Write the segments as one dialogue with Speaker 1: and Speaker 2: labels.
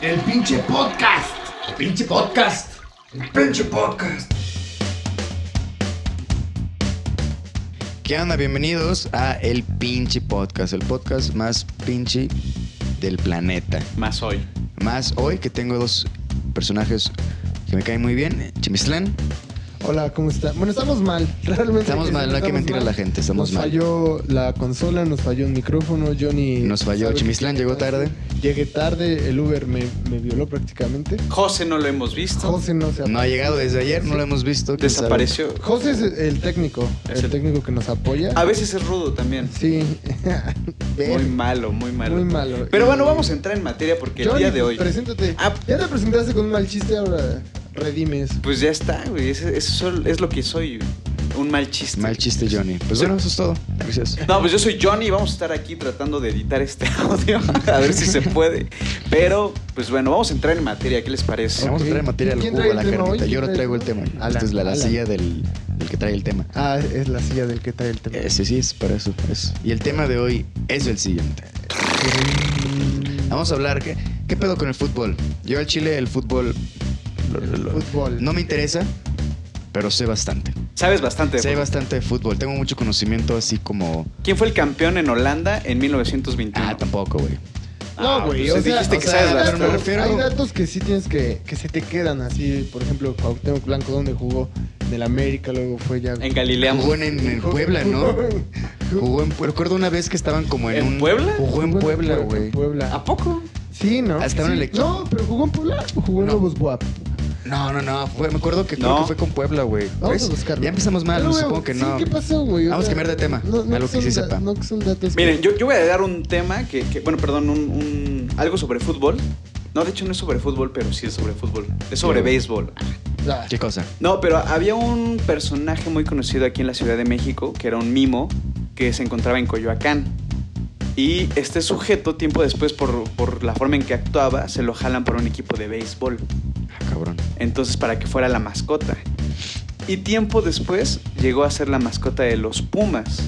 Speaker 1: El pinche podcast.
Speaker 2: El pinche podcast.
Speaker 1: El pinche podcast.
Speaker 3: ¿Qué onda? Bienvenidos a El Pinche Podcast, el podcast más pinche del planeta.
Speaker 2: Más hoy.
Speaker 3: Más hoy que tengo dos personajes que me caen muy bien, Chimistlán.
Speaker 4: Hola, ¿cómo está? Bueno, estamos mal, realmente.
Speaker 3: Estamos mal, no hay que
Speaker 4: estamos
Speaker 3: mentir a
Speaker 4: mal.
Speaker 3: la gente, estamos
Speaker 4: nos
Speaker 3: mal.
Speaker 4: falló la consola, nos falló un micrófono, Johnny...
Speaker 3: Nos falló,
Speaker 4: sabe
Speaker 3: Chimislán
Speaker 4: qué tiene
Speaker 3: llegó
Speaker 4: que
Speaker 3: tarde.
Speaker 4: hacer. Llegué tarde, el Uber me, me violó prácticamente.
Speaker 2: José no lo hemos visto.
Speaker 4: José no se...
Speaker 3: No ha llegado desde ayer, no lo hemos visto. quién sabe.
Speaker 2: Desapareció.
Speaker 4: José es el técnico,
Speaker 2: Es
Speaker 4: el,
Speaker 2: el-
Speaker 4: técnico que nos apoya.
Speaker 2: A veces es rudo también.
Speaker 4: Sí.
Speaker 2: Muy malo, muy malo.
Speaker 4: Muy malo.
Speaker 2: Pero bueno,
Speaker 4: Y-
Speaker 2: vamos a entrar en materia porque el
Speaker 4: Johnny,
Speaker 2: día de hoy.
Speaker 4: preséntate.
Speaker 2: Ah.
Speaker 4: Ya te presentaste con un mal chiste, ahora redimes.
Speaker 2: Pues ya está, güey. Eso es lo que soy, güey. Un mal chiste.
Speaker 3: Mal chiste, Johnny. Pues
Speaker 2: Sí.
Speaker 3: bueno, eso es todo. Gracias.
Speaker 2: No, pues yo soy Johnny y vamos a estar aquí tratando de editar este audio. A ver si se puede. Pero, pues bueno, vamos a entrar en materia. ¿Qué les parece?
Speaker 3: Vamos a
Speaker 4: Ok.
Speaker 3: traer material al
Speaker 4: ¿Quién
Speaker 3: jugo,
Speaker 4: trae
Speaker 3: a la
Speaker 4: el tema hoy?
Speaker 3: carnita. Yo no
Speaker 4: ¿Quién
Speaker 3: traigo
Speaker 4: trae
Speaker 3: el tema.
Speaker 4: el tema?
Speaker 3: Esta es la, la
Speaker 4: Alan.
Speaker 3: silla del, del que trae el tema.
Speaker 4: Ah, es la silla del que trae el tema.
Speaker 3: Ese sí es para eso. es. Y el tema de hoy es el siguiente. Vamos a hablar, ¿qué, qué pedo con el fútbol? Yo al Chile el fútbol lo-
Speaker 4: El
Speaker 3: lo-
Speaker 4: fútbol.
Speaker 3: no me interesa, pero sé bastante.
Speaker 2: Sabes bastante. de
Speaker 3: Sé
Speaker 2: fútbol.
Speaker 3: bastante de fútbol, tengo mucho conocimiento así como...
Speaker 2: ¿Quién fue el campeón en Holanda en 1921?
Speaker 3: Ah, tampoco, güey. Ah,
Speaker 4: No, güey,
Speaker 2: pues
Speaker 4: o sea,
Speaker 2: dijiste
Speaker 4: o
Speaker 2: que
Speaker 4: sea,
Speaker 2: sabes
Speaker 4: hay
Speaker 2: bastante.
Speaker 4: datos-
Speaker 3: me refiero-
Speaker 4: Hay datos que sí tienes que, que se te quedan así, por ejemplo, Cuauhtémoc Blanco, donde jugó en el América, luego fue ya...
Speaker 2: En Galilea.
Speaker 3: Jugó en, en
Speaker 4: Jugó-
Speaker 3: Puebla, ¿no?
Speaker 4: jugó en- jugó-
Speaker 3: Jugó en... Recuerdo una vez que estaban como en,
Speaker 2: ¿En
Speaker 3: un...
Speaker 2: Puebla?
Speaker 3: Jugó en Puebla,
Speaker 4: En
Speaker 3: güey.
Speaker 2: ¿A
Speaker 4: Puebla.
Speaker 2: poco?
Speaker 4: Sí, ¿no?
Speaker 3: Ah, estaba en
Speaker 4: Sí.
Speaker 3: el equipo.
Speaker 4: No, pero jugó en Puebla o jugó en
Speaker 3: No.
Speaker 4: Lobos Buap.
Speaker 3: No, no, no. fue- me acuerdo que
Speaker 2: No.
Speaker 3: creo que fue con Puebla, güey.
Speaker 4: Vamos
Speaker 3: ¿Ves?
Speaker 4: a buscarlo.
Speaker 3: Ya empezamos mal,
Speaker 4: Pero, güey,
Speaker 3: supongo que
Speaker 4: sí,
Speaker 3: no.
Speaker 4: ¿Qué pasó, güey? O
Speaker 3: Vamos a
Speaker 4: sea,
Speaker 3: cambiar de tema, algo que
Speaker 4: son
Speaker 3: sí
Speaker 4: da-
Speaker 3: sepa.
Speaker 4: No que son datos... que-
Speaker 2: Miren, yo, yo voy a dar un tema que, que- bueno, perdón, un, un- algo sobre fútbol. No, de hecho no es sobre fútbol, pero sí es sobre fútbol. Es sobre
Speaker 3: Claro.
Speaker 2: béisbol.
Speaker 4: Ah,
Speaker 3: ¿Qué cosa?
Speaker 2: No, pero había un personaje muy conocido aquí en la Ciudad de México, que era un mimo, que se encontraba en Coyoacán. Y este sujeto, tiempo después, por, por la forma en que actuaba, se lo jalan por un equipo de béisbol.
Speaker 3: Ah, cabrón.
Speaker 2: Entonces, para que fuera la mascota. Y tiempo después llegó a ser la mascota de los Pumas.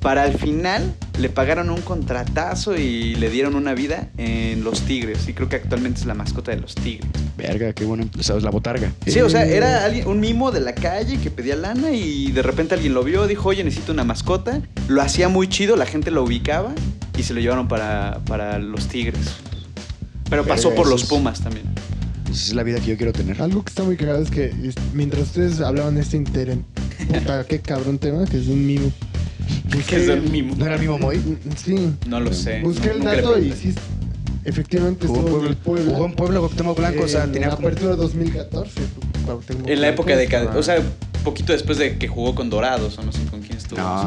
Speaker 2: Para al final le pagaron un contratazo y le dieron una vida en los Tigres. Y creo que actualmente es la mascota de los Tigres.
Speaker 3: Verga, qué bueno. O sea, es la botarga.
Speaker 2: Sí, o sea,
Speaker 4: Eh.
Speaker 2: era alguien- un mimo de la calle que pedía lana y de repente alguien lo vio, dijo, oye, necesito una mascota. Lo hacía muy chido, la gente lo ubicaba y se lo llevaron para, para los Tigres. Pero pasó
Speaker 4: Eh,
Speaker 3: Verga,
Speaker 2: por
Speaker 3: eso
Speaker 2: los
Speaker 3: es-
Speaker 2: Pumas también.
Speaker 3: Esa es la vida que yo quiero tener.
Speaker 4: Algo que está muy cagado es que es- mientras ustedes hablaban de este interen... Puta, qué cabrón tema, que es un mimo.
Speaker 2: Que es del mimo.
Speaker 3: ¿No era mi Moy?
Speaker 4: Sí.
Speaker 2: No lo sé.
Speaker 4: Busqué
Speaker 2: nu-
Speaker 4: el
Speaker 2: nunca le
Speaker 4: dato y
Speaker 2: pregunté.
Speaker 4: sí, efectivamente
Speaker 3: Jugó en
Speaker 4: estuvo en
Speaker 3: Puebla.
Speaker 4: el Puebla. Eh,
Speaker 3: Jugó en Puebla, Cuauhtémoc Blanco, o sea,
Speaker 4: en
Speaker 3: tenía
Speaker 4: la
Speaker 3: como...
Speaker 4: apertura 2014. Cuauhtémoc
Speaker 2: En la época de...
Speaker 4: Blanco.
Speaker 2: Cad- O sea,
Speaker 4: ah.
Speaker 2: poquito después de que jugó con Dorados o no sé con quién estuvo.
Speaker 3: No.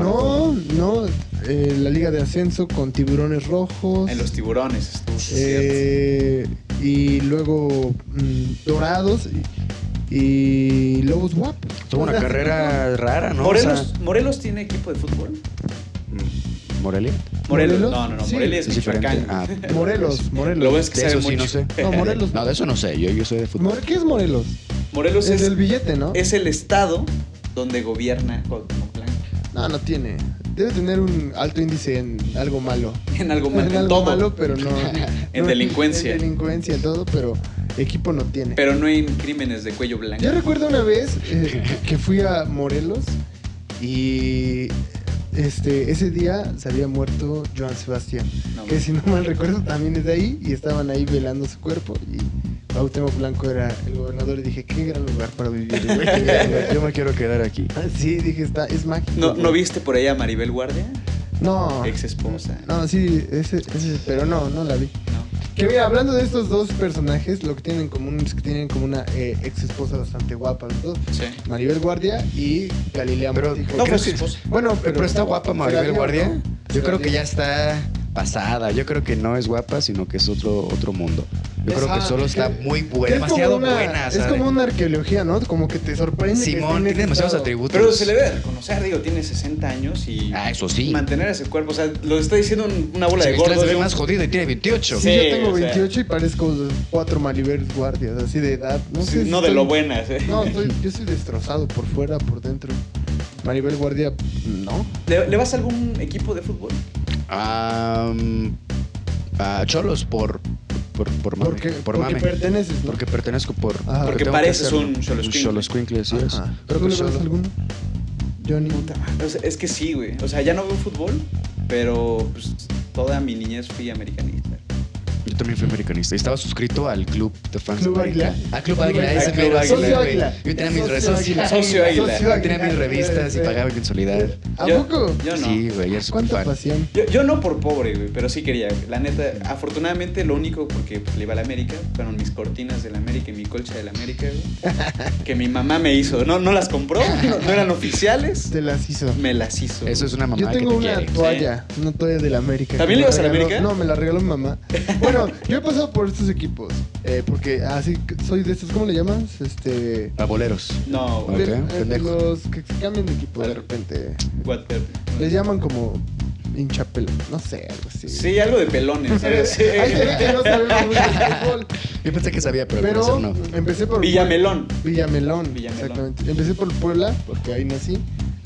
Speaker 4: No, no, eh, la Liga de Ascenso con Tiburones Rojos.
Speaker 2: En los Tiburones estuvo. sí, cierto.
Speaker 4: eh, y luego mm, Dorados y, y Lobos Guap.
Speaker 3: Tuvo una carrera rara, ¿no? O sea,
Speaker 2: Morelos, ¿Morelos tiene equipo de fútbol?
Speaker 3: mm, ¿Morelia?
Speaker 2: Morelos.
Speaker 4: ¿Morelos?
Speaker 2: No, no, no.
Speaker 4: Sí.
Speaker 2: Morelia es,
Speaker 3: Es diferente.
Speaker 2: Michoacán.
Speaker 3: Ah,
Speaker 4: Morelos,
Speaker 2: Lo bueno
Speaker 4: Morelos.
Speaker 2: es que
Speaker 3: de
Speaker 2: sabe
Speaker 3: eso sí,
Speaker 2: mucho.
Speaker 3: no sé.
Speaker 4: No, Morelos.
Speaker 3: No, de eso no sé. Yo, yo soy de fútbol.
Speaker 4: More- ¿Qué es Morelos?
Speaker 2: Morelos
Speaker 4: El
Speaker 2: Pues es,
Speaker 4: del billete, ¿no?
Speaker 2: es el estado donde gobierna Cuauhtémoc Blanco.
Speaker 4: No, no tiene. Debe tener un alto índice en algo malo.
Speaker 2: En algo malo,
Speaker 4: En
Speaker 2: en
Speaker 4: algo
Speaker 2: todo.
Speaker 4: malo, pero no.
Speaker 2: En
Speaker 4: no-
Speaker 2: delincuencia.
Speaker 4: En delincuencia, en todo, pero equipo no tiene.
Speaker 2: Pero no en crímenes de cuello blanco.
Speaker 4: Yo recuerdo una vez eh, que fui a Morelos y este ese día se había muerto Joan Sebastián.
Speaker 2: No,
Speaker 4: Que si no mal recuerdo también es de ahí y estaban ahí velando su cuerpo y Cuauhtémoc Blanco era el gobernador y dije, qué gran lugar para vivir. güey".
Speaker 3: Yo me quiero quedar aquí.
Speaker 4: sí, dije, está, es mágico.
Speaker 2: ¿No,
Speaker 4: güey".
Speaker 2: ¿no viste por ahí a Maribel Guardia?
Speaker 4: No.
Speaker 2: Ex esposa.
Speaker 4: Ah. No, sí, ese, ese, pero no, no la vi.
Speaker 2: No.
Speaker 4: Que mira, hablando de estos dos personajes, lo que tienen en común es que tienen como una eh, ex esposa bastante guapa, los dos.
Speaker 2: Sí.
Speaker 4: Maribel Guardia y Galilea
Speaker 3: Pero-
Speaker 4: Montijo.
Speaker 2: No fue
Speaker 3: ¿Crees
Speaker 2: su
Speaker 3: que-
Speaker 2: esposa.
Speaker 4: Bueno,
Speaker 3: Pero, está guapa
Speaker 4: se la
Speaker 3: Maribel
Speaker 4: dio,
Speaker 3: Guardia.
Speaker 4: ¿no? Se
Speaker 3: Yo
Speaker 4: la
Speaker 3: creo
Speaker 4: dio.
Speaker 3: que ya está pasada. Yo creo que no es guapa, sino que es otro otro mundo. Yo creo que
Speaker 4: Ajá.
Speaker 3: solo está muy buena,
Speaker 4: Es como
Speaker 3: demasiado
Speaker 4: una-
Speaker 3: buena.
Speaker 4: Es
Speaker 3: ¿sabes?
Speaker 4: como una arqueología, ¿no? Como que te sorprende. que esté
Speaker 3: Simón
Speaker 4: en
Speaker 3: tiene
Speaker 4: ese
Speaker 3: demasiados
Speaker 4: estado.
Speaker 3: atributos.
Speaker 2: Pero se le debe reconocer, digo, tiene 60 años y
Speaker 3: Ah, eso sí.
Speaker 2: mantener ese cuerpo. O sea, lo está diciendo un- una bola
Speaker 3: Si
Speaker 2: de
Speaker 3: Mixtlán
Speaker 2: gordos.
Speaker 3: se ve
Speaker 2: de un-
Speaker 3: más jodido y tiene 28.
Speaker 4: Sí,
Speaker 2: Sí,
Speaker 4: yo tengo
Speaker 2: o sea.
Speaker 4: 28 y parezco cuatro Maribel Guardias, así de edad. No,
Speaker 2: Sí,
Speaker 4: sé si
Speaker 2: no de
Speaker 4: soy-
Speaker 2: lo buenas, ¿eh?
Speaker 4: No, estoy- yo soy destrozado por fuera, por dentro. Maribel Guardia, no.
Speaker 2: ¿Le, le vas a algún equipo de fútbol?
Speaker 3: Am, a Cholos por por, por mame.
Speaker 4: Porque,
Speaker 3: por
Speaker 4: porque
Speaker 3: mame.
Speaker 4: perteneces, ¿no?
Speaker 3: porque pertenezco por.
Speaker 4: Ajá.
Speaker 2: Porque
Speaker 3: tengo que
Speaker 2: pareces
Speaker 3: hacerlo.
Speaker 2: un xoloscuincle.
Speaker 3: xoloscuincle, así es.
Speaker 4: Ajá.
Speaker 3: Creo
Speaker 4: ¿Tú
Speaker 3: que
Speaker 4: le ves
Speaker 3: solo-
Speaker 4: alguno? Johnny.
Speaker 2: Puta madre, o sea, es que sí, güey. O sea, ya no veo fútbol, pero pues, toda mi niñez fui americanista.
Speaker 3: Yo también fui americanista. Y estaba suscrito al club de fans.
Speaker 4: Club
Speaker 3: de América.
Speaker 4: Águila.
Speaker 3: Ah, Club
Speaker 4: Club
Speaker 3: Águila.
Speaker 2: Águila.
Speaker 3: ese
Speaker 2: Club
Speaker 3: mero,
Speaker 2: Águila,
Speaker 3: sí,
Speaker 4: Socio
Speaker 3: güey.
Speaker 4: Águila. Eh,
Speaker 3: Yo tenía mis
Speaker 4: Socio
Speaker 3: revistas.
Speaker 2: Socio Águila.
Speaker 3: Yo tenía mis revistas y
Speaker 4: sí.
Speaker 3: pagaba con solidaridad.
Speaker 4: ¿A
Speaker 2: Yo-
Speaker 4: poco?
Speaker 2: Yo no.
Speaker 3: Sí, güey, eres un
Speaker 4: ¿Cuánta
Speaker 3: fan.
Speaker 4: pasión?
Speaker 2: Yo, yo no por pobre, güey, pero sí quería. güey. La neta, afortunadamente lo único porque pues, le iba a la América fueron mis cortinas de la América y mi colcha de la América, güey, que mi mamá me hizo. No, no las compró, no, no eran oficiales,
Speaker 4: Te las hizo.
Speaker 2: me las hizo.
Speaker 3: Eso es una mamá
Speaker 4: Yo tengo
Speaker 3: que te
Speaker 4: una
Speaker 3: quiere.
Speaker 4: toalla, una toalla de la América.
Speaker 2: ¿También
Speaker 4: que
Speaker 2: le
Speaker 4: me
Speaker 2: ibas a la
Speaker 4: regaló-
Speaker 2: América?
Speaker 4: No, me la regaló mi mamá. Bueno, yo he pasado por estos equipos, eh, porque así que soy de estos, ¿cómo le llamas? Este...
Speaker 3: A boleros.
Speaker 2: No,
Speaker 3: Ok,
Speaker 2: güey,
Speaker 4: de- eh,
Speaker 3: pendejo.
Speaker 4: los que se cambian de equipo de repente.
Speaker 2: what the-
Speaker 4: Les llaman como hinchapelo, no sé, algo así.
Speaker 2: Sí, algo de pelones.
Speaker 4: Eh,
Speaker 2: ¿sabes? Sí.
Speaker 4: ahí se ve que no sabemos mucho de fútbol,
Speaker 3: Yo pensé que sabía, pero,
Speaker 4: pero
Speaker 3: pero no.
Speaker 4: empecé por...
Speaker 2: Villamelón.
Speaker 4: Villamelón,
Speaker 2: Villamelón.
Speaker 4: exactamente. Empecé por Puebla, porque ahí nací.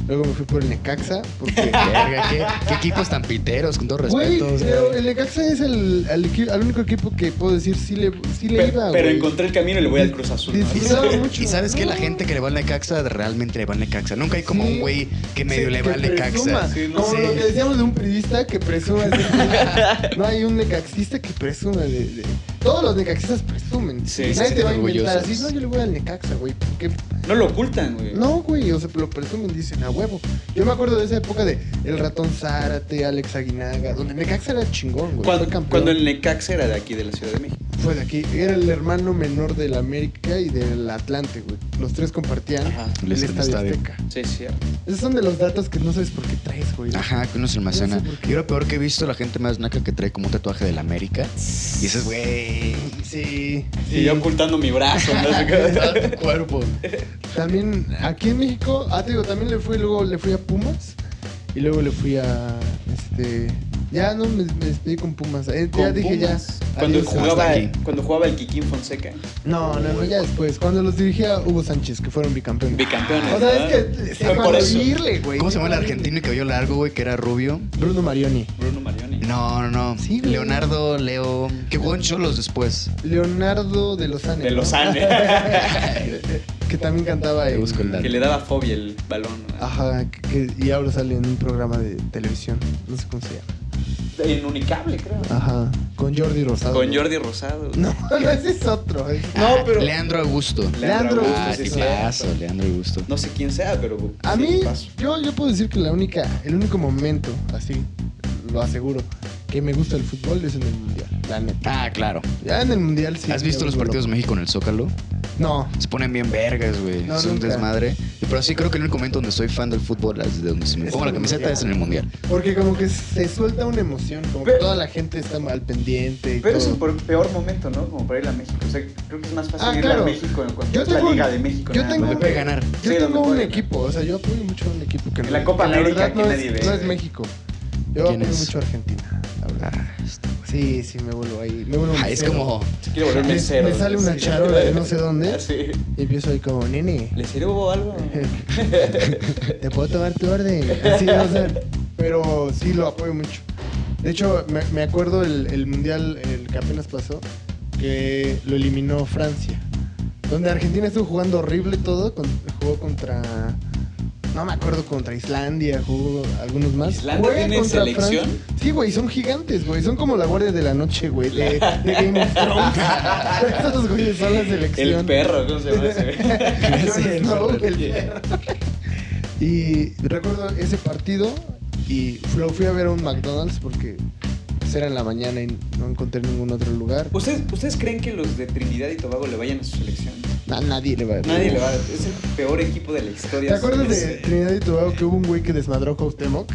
Speaker 4: Luego me fui por el Necaxa, porque...
Speaker 3: Verga, ¿qué, qué equipos tan piteros, con todo
Speaker 4: Güey,
Speaker 3: respeto. o sea.
Speaker 4: pero el Necaxa es el, al equi- al único equipo que puedo decir sí le, sí le
Speaker 2: Pe-
Speaker 4: iba,
Speaker 2: pero
Speaker 4: güey.
Speaker 2: encontré el camino y le voy al Cruz Azul. ¿no?
Speaker 4: Sí,
Speaker 3: Y
Speaker 4: sí,
Speaker 3: sabes-
Speaker 4: mucho.
Speaker 3: Y sabes que la gente que le va al Necaxa realmente le va al Necaxa. Nunca hay como
Speaker 4: Sí.
Speaker 3: un güey que medio
Speaker 4: Sí,
Speaker 3: le va
Speaker 4: que
Speaker 3: al
Speaker 4: presuma.
Speaker 3: Necaxa.
Speaker 2: Sí, no
Speaker 4: Como
Speaker 2: sé.
Speaker 4: lo que decíamos de un periodista que presuma. de- no hay un necaxista que presuma de, de- Todos los necaxistas presumen.
Speaker 2: Sí,
Speaker 4: Nadie
Speaker 2: sí,
Speaker 4: te va a
Speaker 3: están
Speaker 4: inventar
Speaker 3: orgullosos.
Speaker 4: así. No, yo le voy al necaxa, güey. ¿por qué?
Speaker 2: No lo ocultan, güey.
Speaker 4: No, güey. O sea, lo presumen, dicen a huevo. Yo me acuerdo de esa época de El Ratón Zárate, Alex Aguinaga, donde Necaxa era chingón, güey. fue
Speaker 2: Cuando,
Speaker 4: campeón.
Speaker 2: cuando el Necaxa era de aquí, de la Ciudad de México.
Speaker 4: Fue de aquí. Era el hermano menor del América y del Atlante, güey. Los tres compartían
Speaker 2: Ajá.
Speaker 4: el,
Speaker 3: El
Speaker 4: estadio,
Speaker 3: estadio.
Speaker 4: Azteca.
Speaker 2: Sí, es cierto.
Speaker 4: Esos son de los datos que no sabes por qué traes, güey.
Speaker 3: Ajá, que uno se almacena.
Speaker 4: No sé por qué.
Speaker 3: Yo lo peor que he visto, la gente más naca que trae como un tatuaje del América. Y dices, güey.
Speaker 4: Sí.
Speaker 2: Y yo ocultando mi brazo. ¿no? Así que-
Speaker 3: tu cuerpo.
Speaker 4: También aquí en México, ah, te digo, también le fui, luego le fui a Pumas y luego le fui a este. Ya no me, me despedí con Pumas. eh, ya
Speaker 2: Con
Speaker 4: dije ya.
Speaker 2: Pumas. Cuando
Speaker 4: adiós,
Speaker 2: jugaba,
Speaker 3: hasta aquí.
Speaker 2: cuando jugaba el Kikín Fonseca.
Speaker 4: No, no, no, ya después. Cuando los dirigía Hugo Sánchez, que fueron bicampeones.
Speaker 2: Bicampeones.
Speaker 4: O sea, es
Speaker 2: ¿verdad?
Speaker 4: que eh, se
Speaker 2: Fue
Speaker 4: fue
Speaker 2: por
Speaker 4: a
Speaker 2: eso.
Speaker 4: irle, güey.
Speaker 3: ¿Cómo se llama el argentino que vio largo, güey, que era rubio?
Speaker 4: Bruno Marioni.
Speaker 2: Bruno Marioni.
Speaker 3: No, no, no.
Speaker 4: Sí, güey.
Speaker 3: Leonardo, Leo. Que jugó en Cholos después.
Speaker 4: Leonardo de Lozane.
Speaker 2: De
Speaker 4: ¿no?
Speaker 2: Lozane.
Speaker 4: que también cantaba.
Speaker 3: Te
Speaker 4: en-
Speaker 3: busco el dato.
Speaker 2: Que le daba fobia el balón. ¿no?
Speaker 4: Ajá, que- que- y ahora sale en un programa de televisión. No sé cómo se llama.
Speaker 2: En Unicable, creo.
Speaker 4: Ajá, con Jordi Rosado.
Speaker 2: Con Jordi Rosado.
Speaker 4: Ah, No, no, ese es otro. eh.
Speaker 2: No,
Speaker 3: Ah,
Speaker 2: pero-
Speaker 3: Leandro Augusto.
Speaker 4: Leandro
Speaker 2: Augusto,
Speaker 3: Ah,
Speaker 2: sí, sí.
Speaker 3: tipazo, Leandro Augusto.
Speaker 2: No sé quién sea, pero.
Speaker 4: A
Speaker 2: sí,
Speaker 4: mí,
Speaker 2: paso.
Speaker 4: yo, yo puedo decir que la única, el único momento, así, lo aseguro, que me gusta el fútbol es en el mundial, la neta.
Speaker 3: Ah, claro.
Speaker 4: Ya en el mundial sí.
Speaker 3: ¿Has visto
Speaker 4: me
Speaker 3: los
Speaker 4: vuelvo
Speaker 3: partidos de México en el Zócalo?
Speaker 4: loco. No.
Speaker 3: Se ponen bien vergas, güey.
Speaker 4: No,
Speaker 3: es un
Speaker 4: nunca.
Speaker 3: desmadre. Pero sí creo que el único momento donde soy fan del fútbol, es de donde se me
Speaker 4: Es
Speaker 3: pongo la
Speaker 4: el
Speaker 3: camiseta,
Speaker 4: Mundial.
Speaker 3: es en el mundial.
Speaker 4: Porque como que se suelta una emoción, como que
Speaker 2: Pero-
Speaker 4: toda la gente está mal pendiente y
Speaker 2: Pero es
Speaker 4: todo.
Speaker 2: el por- peor momento, ¿no? Como para ir a México. O sea, creo que es más fácil
Speaker 4: Ah,
Speaker 2: ir
Speaker 4: claro.
Speaker 2: a México en cuanto
Speaker 4: Yo
Speaker 2: es la
Speaker 4: tengo-
Speaker 2: Liga de México.
Speaker 4: yo
Speaker 2: nada
Speaker 4: tengo-
Speaker 2: más.
Speaker 3: Me puede ganar.
Speaker 4: Yo
Speaker 2: Sí,
Speaker 4: tengo
Speaker 2: donde
Speaker 4: un
Speaker 2: puede.
Speaker 4: equipo, o sea, yo apoyo mucho a un equipo que
Speaker 2: En
Speaker 4: no-
Speaker 2: la Copa
Speaker 4: que
Speaker 2: América
Speaker 4: verdad
Speaker 2: que
Speaker 4: no
Speaker 2: nadie
Speaker 4: es,
Speaker 2: ve.
Speaker 4: no es México. Yo
Speaker 3: ¿Quién
Speaker 4: apoyo
Speaker 3: es?
Speaker 4: mucho a Argentina, la verdad.
Speaker 3: Ah, está-
Speaker 4: Sí, sí, me vuelvo ahí. Me vuelvo
Speaker 3: Ah, es
Speaker 4: mesero.
Speaker 3: como.
Speaker 2: Quiero volver
Speaker 4: Me-
Speaker 2: mesero.
Speaker 4: me sale una charola de no sé dónde.
Speaker 2: Sí.
Speaker 4: Y empiezo ahí como, nene.
Speaker 2: ¿Le sirvo algo?
Speaker 4: Te puedo tomar tu orden. Así, o sea, pero sí lo apoyo mucho. De hecho, me, me acuerdo el, el mundial el que apenas pasó, que lo eliminó Francia. Donde Argentina estuvo jugando horrible todo, con- jugó contra. No me acuerdo contra Islandia, jugó algunos más.
Speaker 2: ¿Islandia
Speaker 4: Juega
Speaker 2: tiene
Speaker 4: contra
Speaker 2: selección?
Speaker 4: Francia. Sí, güey, son gigantes, güey. Son como la guardia de la noche, güey. De, de Game of Thrones. Estos güeyes son la selección.
Speaker 2: El perro, ¿cómo se llama ese?
Speaker 4: Yo
Speaker 3: Sí,
Speaker 4: no,
Speaker 3: el
Speaker 4: el perro. Y recuerdo ese partido y lo fui a ver a un McDonald's porque pues, era en la mañana y no encontré ningún otro lugar.
Speaker 2: ¿Ustedes, ¿Ustedes creen que los de Trinidad y Tobago le vayan a su selección?
Speaker 4: A nadie le va a
Speaker 2: Nadie le va a... Es el peor equipo de la historia.
Speaker 4: ¿Te acuerdas
Speaker 2: Sí.
Speaker 4: de Trinidad y Tobago que hubo un güey que desmadró a Cuauhtémoc?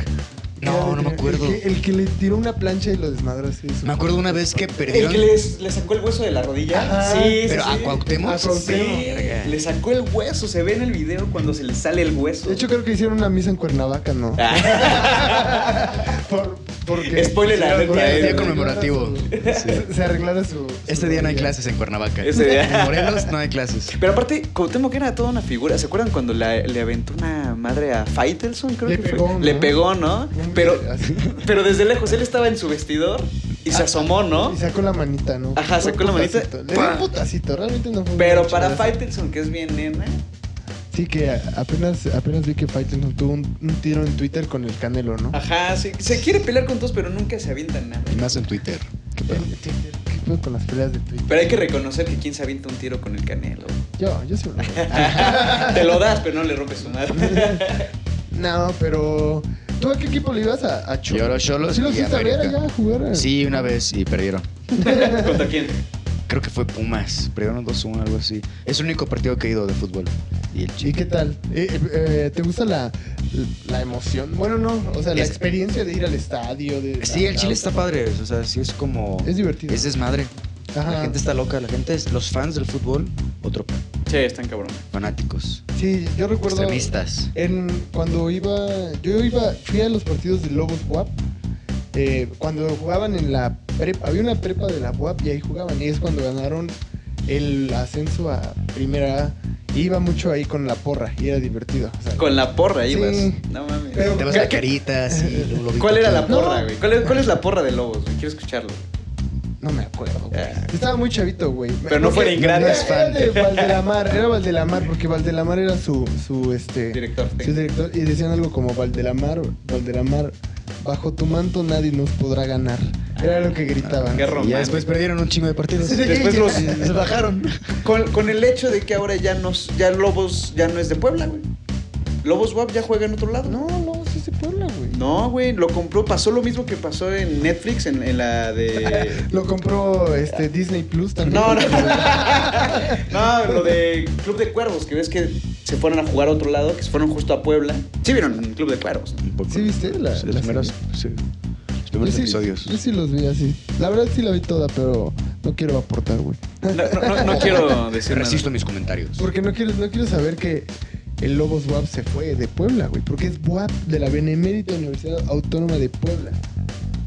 Speaker 3: No, no me acuerdo.
Speaker 4: El que, el que le tiró una plancha y lo desmadró así. de su-
Speaker 3: Me acuerdo una vez que
Speaker 2: ¿El
Speaker 3: perdieron.
Speaker 2: que les, le sacó el hueso de la rodilla?
Speaker 4: Ajá.
Speaker 2: sí, sí,
Speaker 3: Pero
Speaker 2: sí.
Speaker 3: a Cuauhtémoc.
Speaker 4: A
Speaker 2: Sí,
Speaker 4: Cuauhtémoc.
Speaker 3: Verga.
Speaker 2: le sacó el hueso. Se ve en el video cuando se le sale el hueso.
Speaker 4: De hecho, creo que hicieron una misa en Cuernavaca, ¿no?
Speaker 2: Ah.
Speaker 4: Por- porque.
Speaker 2: Spoiler alert
Speaker 4: porque-
Speaker 2: para él.
Speaker 4: se arreglara
Speaker 3: Conmemorativo.
Speaker 4: su-
Speaker 3: Sí.
Speaker 4: Se arreglara su.
Speaker 3: Este día no hay clases en Cuernavaca.
Speaker 2: Ese día.
Speaker 3: En Morelos no hay clases.
Speaker 2: Pero aparte, Cuauhtémoc era toda una figura. ¿Se acuerdan cuando la- le aventó una madre a Faitelson? Creo
Speaker 4: Le
Speaker 2: que fue?
Speaker 4: pegó, ¿no?
Speaker 2: Le pegó, ¿no?
Speaker 4: Un-
Speaker 2: Pero,
Speaker 4: así. Ah,
Speaker 2: pero desde lejos, él estaba en su vestidor Y se asomó, ¿no?
Speaker 4: Y sacó la manita, ¿no?
Speaker 2: Ajá,
Speaker 4: Fue
Speaker 2: sacó la
Speaker 4: un
Speaker 2: manita.
Speaker 4: putacito. Le dio un putacito, realmente no fue un
Speaker 2: Pero
Speaker 4: gran
Speaker 2: para
Speaker 4: chingadazo.
Speaker 2: Faitelson, que es bien nena,
Speaker 4: Sí, que a- apenas, apenas vi que Faitelson tuvo un, un tiro en Twitter con el Canelo, ¿no?
Speaker 2: ajá, sí, se quiere pelear con todos, pero nunca se avienta nada.
Speaker 3: Y más en Twitter. Qué pedo.
Speaker 4: En Twitter. ¿Qué pedo con las peleas de Twitter?
Speaker 2: Pero hay que reconocer que quien se avienta un tiro con el canelo.
Speaker 4: Yo, yo sí me lo doy.
Speaker 2: Te lo das, pero no le rompes su madre.
Speaker 4: No, pero... ¿Tú a qué equipo le ibas a, a Cholo?
Speaker 3: Yo a los Cholos
Speaker 4: ¿Sí lo
Speaker 3: y
Speaker 4: fuiste a ver
Speaker 3: América.
Speaker 4: allá a jugar? a-
Speaker 3: Sí, una vez y perdieron.
Speaker 2: ¿Contra quién?
Speaker 3: Creo que fue Pumas. Perdieron 2-1, algo así. Es el único partido que he ido de fútbol. Y el
Speaker 4: ¿Y
Speaker 3: chico.
Speaker 4: qué tal? Eh, eh, eh, ¿Te gusta la, la emoción? Bueno, no, o sea, la
Speaker 3: Es-
Speaker 4: experiencia de ir al estadio. De,
Speaker 3: Sí, el Chile está padre. O sea, sí Ah, es como.
Speaker 4: Es divertido.
Speaker 3: Es desmadre. La
Speaker 4: Ajá.
Speaker 3: gente está loca. La gente es. Los fans del fútbol, otro plan.
Speaker 2: Che, están cabrón.
Speaker 3: Fanáticos.
Speaker 4: Sí, yo recuerdo.
Speaker 3: Extremistas.
Speaker 4: En, cuando iba. Yo iba. Fui a los partidos de Lobos WAP. eh, cuando jugaban en la prepa. Había una prepa de la WAP y ahí jugaban. Y es cuando ganaron el ascenso a primera A. Iba mucho ahí con la porra y era divertido. o sea,
Speaker 2: Con la porra
Speaker 4: Sí.
Speaker 2: ibas. No mames.
Speaker 4: Pero-
Speaker 3: Te vas a caritas y lo- lo-
Speaker 2: ¿Cuál era la
Speaker 4: No.
Speaker 2: porra, güey? ¿Cuál es, cuál es la porra de Lobos, güey? Quiero escucharlo.
Speaker 4: No me acuerdo, güey.
Speaker 2: Ah.
Speaker 4: Estaba muy chavito, güey.
Speaker 2: Pero no fuera ingrato.
Speaker 4: Era, era de Valdelamar, era Valdelamar, porque Valdelamar era su, su este.
Speaker 2: Director,
Speaker 4: Su
Speaker 2: técnico.
Speaker 4: director. Y decían algo como Valdelamar, Valdelamar, bajo tu manto nadie nos podrá ganar. Era lo que gritaban.
Speaker 2: Qué romántico.
Speaker 3: Y ya después perdieron un chingo de partidos.
Speaker 4: Sí.
Speaker 2: Después los-
Speaker 3: Se bajaron.
Speaker 2: Con, con el hecho de que ahora ya nos, ya Lobos ya no es de Puebla, güey. Lobos WAP ya juega en otro lado.
Speaker 4: No, no, sí se Puebla, güey.
Speaker 2: No, güey, lo compró, pasó lo mismo que pasó en Netflix, en, en la de...
Speaker 4: Lo compró este Disney Plus también.
Speaker 2: No, no. No, lo de Club de Cuervos, que ves que se fueron a jugar a otro lado, que se fueron justo a Puebla. Sí vieron Club de Cuervos. ¿no?
Speaker 4: ¿Sí viste la-
Speaker 3: Sí,
Speaker 4: la
Speaker 3: los primeros, sí. Los primeros
Speaker 4: sí-
Speaker 3: episodios.
Speaker 4: yo sí los vi así. La verdad sí la vi toda, pero no quiero aportar, güey.
Speaker 2: No, no, no- no quiero decir nada.
Speaker 3: Resisto mis comentarios.
Speaker 4: Porque no quiero, no quiero saber que el Lobos WAP se fue de Puebla, güey. Porque es WAP de la Benemérita Universidad Autónoma de Puebla.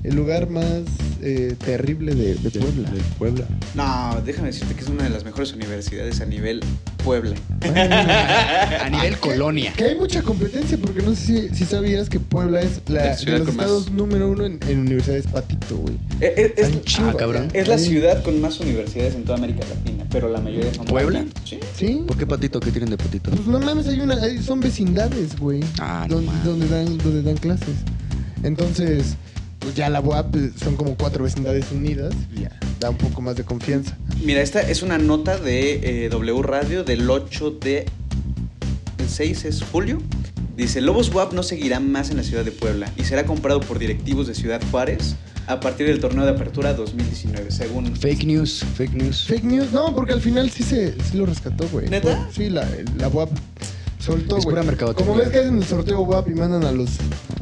Speaker 4: El lugar más eh, terrible de, de Puebla.
Speaker 3: Del Puebla.
Speaker 2: No, déjame decirte que es una de las mejores universidades a nivel Puebla.
Speaker 3: A nivel colonia.
Speaker 4: Que hay mucha competencia, porque no sé si, si sabías que Puebla es la,
Speaker 2: La ciudad
Speaker 4: de los
Speaker 2: con más-
Speaker 4: estados número uno en, en universidades patito, güey.
Speaker 2: Eh, eh, Es,
Speaker 4: Hay un chingo
Speaker 3: ah, cabrón.
Speaker 4: acá.
Speaker 2: es la
Speaker 4: Sí.
Speaker 2: ciudad con más universidades en toda América Latina, pero la mayoría son...
Speaker 3: ¿Puebla?
Speaker 2: Sí.
Speaker 4: Sí.
Speaker 3: ¿Por qué patito? ¿Qué tienen de patito?
Speaker 4: Pues no mames, hay una, hay- son vecindades, güey.
Speaker 3: Ah, no
Speaker 4: donde,
Speaker 3: mames.
Speaker 4: donde dan, donde dan clases. Entonces, pues ya la UAP eh, son como cuatro vecindades unidas. Ya, da un poco más de confianza.
Speaker 2: Mira, esta es una nota de eh, W Radio del 8 de... El 6 es julio. Dice, Lobos WAP no seguirá más en la ciudad de Puebla y será comprado por directivos de Ciudad Juárez a partir del torneo de apertura 2019, según...
Speaker 3: Fake news, fake news.
Speaker 4: Fake news, no, porque al final sí se sí lo rescató, güey.
Speaker 2: ¿Neta?
Speaker 4: Sí, la, la UAP soltó,
Speaker 3: Es
Speaker 4: güey.
Speaker 3: pura mercadotecnia.
Speaker 4: Como ves que hacen el sorteo UAP y mandan a los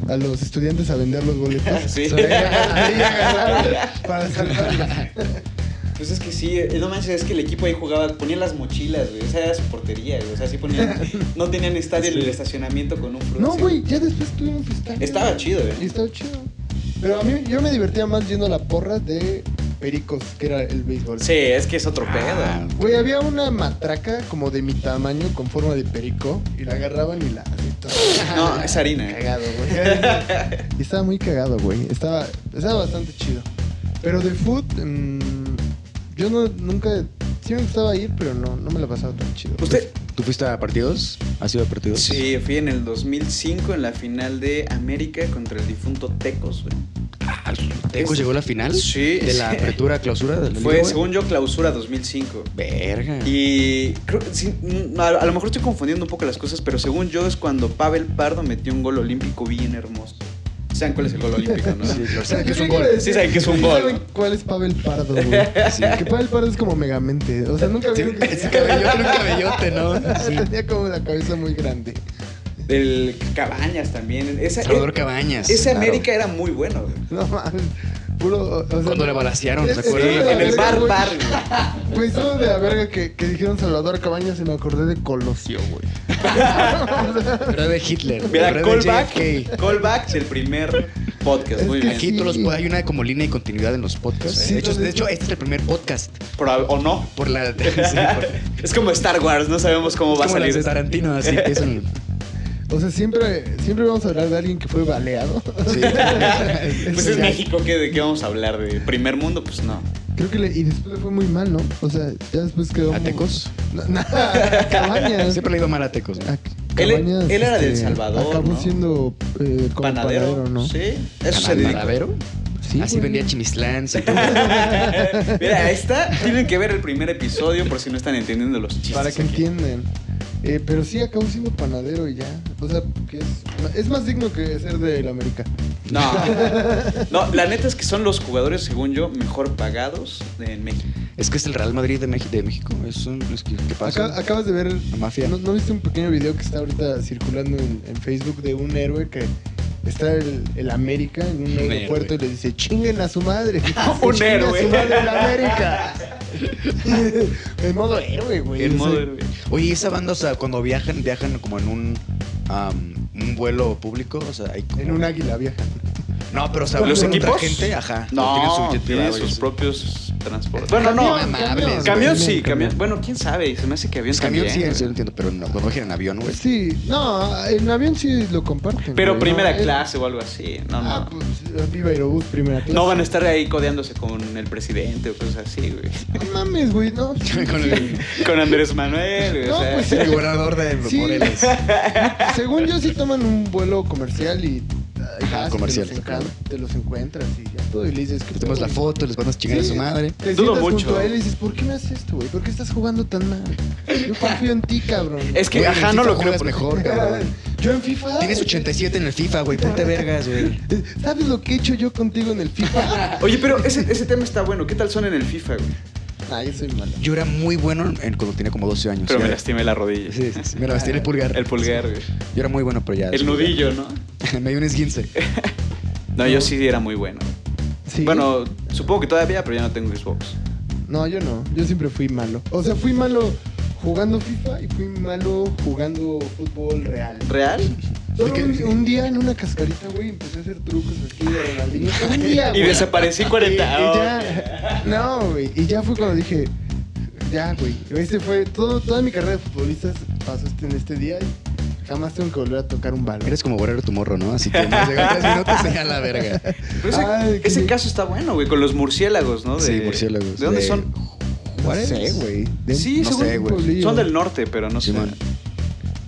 Speaker 4: a los estudiantes a vender los boletos.
Speaker 2: Sí.
Speaker 4: Ahí agarraron para salvarlos.
Speaker 2: Pues es que sí, eh, no manches, es que el equipo ahí jugaba, ponía las mochilas, güey, o sea, era su portería, güey, o sea, sí ponían, no tenían estadio en el estacionamiento con un fruto.
Speaker 4: No, güey, ya después tuvimos estadio.
Speaker 2: Estaba chido, eh.
Speaker 4: Y
Speaker 2: güey.
Speaker 4: estaba chido. Pero a mí yo me divertía más yendo a la porra de Pericos, que era el béisbol.
Speaker 2: Sí, es que es otro
Speaker 3: Ah,
Speaker 2: pedo.
Speaker 4: Güey, había una matraca como de mi tamaño con forma de perico y la agarraban y la...
Speaker 2: No, es harina.
Speaker 4: Cagado, güey. Y estaba muy cagado, güey. Estaba, estaba bastante chido. Pero de food, mm, yo no, nunca... Sí me gustaba ir, pero no, no me la pasaba tan chido.
Speaker 2: ¿Usted?
Speaker 3: ¿Tú fuiste a partidos? ¿Has ido a partidos?
Speaker 2: Sí, fui en el 2005 en la final de América contra el difunto Tecos, güey.
Speaker 3: ¿Teco
Speaker 2: Es-
Speaker 3: llegó a la final?
Speaker 2: Sí.
Speaker 3: ¿De la apertura, clausura? De la
Speaker 2: Fue,
Speaker 3: Liga, güey?
Speaker 2: según yo, clausura 2005.
Speaker 3: Verga.
Speaker 2: Y creo, sí, mm, a, a lo mejor estoy confundiendo un poco las cosas, pero según yo es cuando Pavel Pardo metió un gol olímpico bien hermoso. ¿Saben cuál es el gol olímpico, no?
Speaker 3: Sí, claro, saben que es un
Speaker 4: Yo
Speaker 3: gol.
Speaker 4: quería
Speaker 2: Sí
Speaker 4: decir-
Speaker 2: saben que es un
Speaker 4: ¿sí
Speaker 2: gol,
Speaker 4: saben
Speaker 2: ¿no?
Speaker 4: ¿Cuál es Pavel Pardo, güey? Que Pavel Pardo es como megamente. O sea, nunca vi
Speaker 3: Sí,
Speaker 4: que
Speaker 3: ese cabellote, un cabellote, ¿no? Sí.
Speaker 4: Tenía como la cabeza muy grande.
Speaker 2: El Cabañas también. Esa,
Speaker 3: Salvador
Speaker 2: eh,
Speaker 3: Cabañas.
Speaker 2: Ese
Speaker 3: claro.
Speaker 2: América era muy bueno, güey.
Speaker 4: No mames. Puro. o sea,
Speaker 3: Cuando le balacearon,
Speaker 4: Sí,
Speaker 2: Sí,
Speaker 3: ¿recuerdas?
Speaker 4: Bueno,
Speaker 2: en el
Speaker 4: verga,
Speaker 2: bar,
Speaker 4: güey.
Speaker 2: bar, güey.
Speaker 4: Güey, solo pues, de la verga que, que dijeron Salvador Cabañas y me acordé de Colosio, güey. O sea,
Speaker 3: Era de Hitler. era
Speaker 2: Mira,
Speaker 3: de
Speaker 2: callback,
Speaker 3: JFK.
Speaker 2: callback del primer podcast.
Speaker 4: Es
Speaker 2: Muy
Speaker 4: que
Speaker 2: bien.
Speaker 3: Aquí
Speaker 4: Sí.
Speaker 3: todos los- hay una como línea de continuidad en los podcasts.
Speaker 4: Sí,
Speaker 3: de, hecho,
Speaker 4: entonces-
Speaker 3: de hecho, este es el primer podcast.
Speaker 2: Pro- o no.
Speaker 3: Por la. sí, por-
Speaker 2: es como Star Wars, no sabemos cómo
Speaker 3: es
Speaker 2: va a
Speaker 3: como las
Speaker 2: salir.
Speaker 3: de Tarantino, así empiezan.
Speaker 4: O sea, siempre, siempre vamos a hablar de alguien que fue baleado.
Speaker 3: Sí.
Speaker 2: Pues es
Speaker 4: Ya.
Speaker 2: México, ¿qué, ¿de qué vamos a hablar? ¿De primer mundo? Pues no.
Speaker 4: Creo que le, y después le fue muy mal, ¿no? O sea, ya después quedó.
Speaker 3: ¿A Tecos?
Speaker 4: No, no, a Cabañas.
Speaker 3: Siempre le iba mal a Tecos. ¿no?
Speaker 4: A
Speaker 2: Él- él era de El Salvador,
Speaker 4: Acabó
Speaker 2: ¿no?
Speaker 4: siendo eh, como
Speaker 2: panadero,
Speaker 4: panadero, ¿no?
Speaker 2: Sí. Eso se dedica.
Speaker 3: ¿Panadero?
Speaker 4: Sí,
Speaker 3: Así
Speaker 4: güey.
Speaker 3: vendía chimislán. sí.
Speaker 2: Mira, ahí está. Tienen que ver el primer episodio por si no están entendiendo los chistes.
Speaker 4: Para que
Speaker 2: aquí.
Speaker 4: entiendan. Eh, pero sí acabó siendo panadero y ya. O sea, que es, es más digno que ser del América.
Speaker 2: No. No, la neta es que son los jugadores, según yo, mejor pagados de- en México.
Speaker 3: Es que es el Real Madrid de, Mex- de México. Es un. Es que, ¿Qué pasa?
Speaker 4: Acá- acabas de ver.
Speaker 3: La mafia.
Speaker 4: ¿no, no viste un pequeño video que está ahorita circulando en, en Facebook de un héroe que está el, el América en un
Speaker 3: héroe.
Speaker 4: aeropuerto y le dice: chinguen a su madre.
Speaker 2: Un
Speaker 4: Chinguen
Speaker 2: héroe.
Speaker 4: A su madre el América. en modo héroe, güey.
Speaker 2: En
Speaker 4: O sea,
Speaker 2: modo héroe.
Speaker 3: Oye, ¿y esa banda, o sea, cuando viajan, viajan como en un. am, un vuelo público, o sea, hay como...
Speaker 4: En un águila vieja.
Speaker 3: No, pero o sea,
Speaker 2: ¿Los
Speaker 3: otra
Speaker 2: equipos?
Speaker 3: gente, ajá.
Speaker 2: No,
Speaker 3: tienen su jet
Speaker 2: tienen
Speaker 3: privado y
Speaker 2: sus
Speaker 3: así.
Speaker 2: propios transportes. Bueno, no.
Speaker 3: Camión,
Speaker 2: Camión,
Speaker 3: mamables,
Speaker 2: sí,
Speaker 4: güey.
Speaker 2: camión. Bueno, quién sabe. Se me hace que avión
Speaker 3: Los
Speaker 4: Pues
Speaker 3: camión sí,
Speaker 2: también,
Speaker 3: eso
Speaker 2: güey.
Speaker 3: lo entiendo, pero no, cuando viajan en avión, güey.
Speaker 4: Sí, no, en avión sí lo comparten.
Speaker 2: Pero
Speaker 4: güey,
Speaker 2: primera
Speaker 4: ¿no? Eh,
Speaker 2: clase o algo así. No, no.
Speaker 4: Ah, pues viva Aerobús, primera clase.
Speaker 2: No van a estar ahí codeándose con el presidente o cosas así, güey.
Speaker 4: No mames, güey, no.
Speaker 3: Con el,
Speaker 2: Con Andrés Manuel, güey. o
Speaker 4: No,
Speaker 2: sea.
Speaker 4: pues sí.
Speaker 3: el gobernador de
Speaker 4: Sí.
Speaker 3: Morelos.
Speaker 4: Según yo, sí toman un vuelo comercial y. ay,
Speaker 3: Ajá,
Speaker 4: vas y
Speaker 3: comercial.
Speaker 4: Te los, encan- te los encuentras y ya todo. Y le dices que.
Speaker 3: Les tomas la foto, les mandas chingar a su madre.
Speaker 4: Te
Speaker 2: Dudo
Speaker 4: sientas
Speaker 2: mucho.
Speaker 4: junto a él y dices, ¿por qué me haces esto, güey? ¿Por qué estás jugando tan mal? Yo confío en ti, cabrón.
Speaker 2: Es que,
Speaker 3: Güey, en
Speaker 2: ajá,
Speaker 3: el
Speaker 2: no
Speaker 3: FIFA
Speaker 2: lo creo.
Speaker 3: juegas mejor, cabrón.
Speaker 4: Yo en FIFA.
Speaker 3: Tienes 87 en el FIFA, güey. Ponte vergas, güey.
Speaker 4: ¿Sabes lo que he hecho yo contigo en el FIFA?
Speaker 2: Oye, pero ese, ese tema está bueno. ¿Qué tal son en el FIFA, güey?
Speaker 4: Ay, yo soy malo.
Speaker 3: Yo era muy bueno en- cuando tenía como 12 años.
Speaker 2: Pero
Speaker 3: Ya-
Speaker 2: me lastimé la rodilla.
Speaker 3: Sí, sí, sí. Me la lastimé el pulgar.
Speaker 2: El pulgar, güey.
Speaker 3: Yo era muy bueno, pero ya.
Speaker 2: El nudillo, ¿no?
Speaker 3: me dio un esguince.
Speaker 2: No, yo sí era muy bueno.
Speaker 4: Sí.
Speaker 2: Bueno, supongo que todavía, pero ya no tengo Xbox.
Speaker 4: No, yo no. Yo siempre fui malo. O sea, fui malo jugando FIFA y fui malo jugando fútbol real.
Speaker 2: ¿Real?
Speaker 4: Solo un, un día en una cascarita, güey, empecé a hacer trucos aquí de Ronaldinho. Un día,
Speaker 2: Y Ah,
Speaker 4: güey.
Speaker 2: desaparecí 40
Speaker 4: Y- y
Speaker 2: horas.
Speaker 4: ya- no, güey. Y ya fue cuando dije, ya, güey. Este fue todo, toda mi carrera de futbolistas pasó este- en este día y jamás tengo que volver a tocar un balón.
Speaker 3: Eres como borrar tu morro, ¿no? Así que más de 3 minutos y ya la verga.
Speaker 2: Pero ese,
Speaker 4: Ay, qué
Speaker 2: ese
Speaker 4: bien.
Speaker 2: caso está bueno, güey, con los murciélagos, ¿no? De-
Speaker 3: Sí, murciélagos.
Speaker 2: ¿De dónde
Speaker 3: De-
Speaker 2: son?
Speaker 4: No
Speaker 3: Juárez.
Speaker 4: sé, güey. De-
Speaker 2: Sí,
Speaker 3: no
Speaker 2: según
Speaker 3: sé, güey.
Speaker 4: pueblillo.
Speaker 2: son del norte, pero no sé.
Speaker 3: Simón.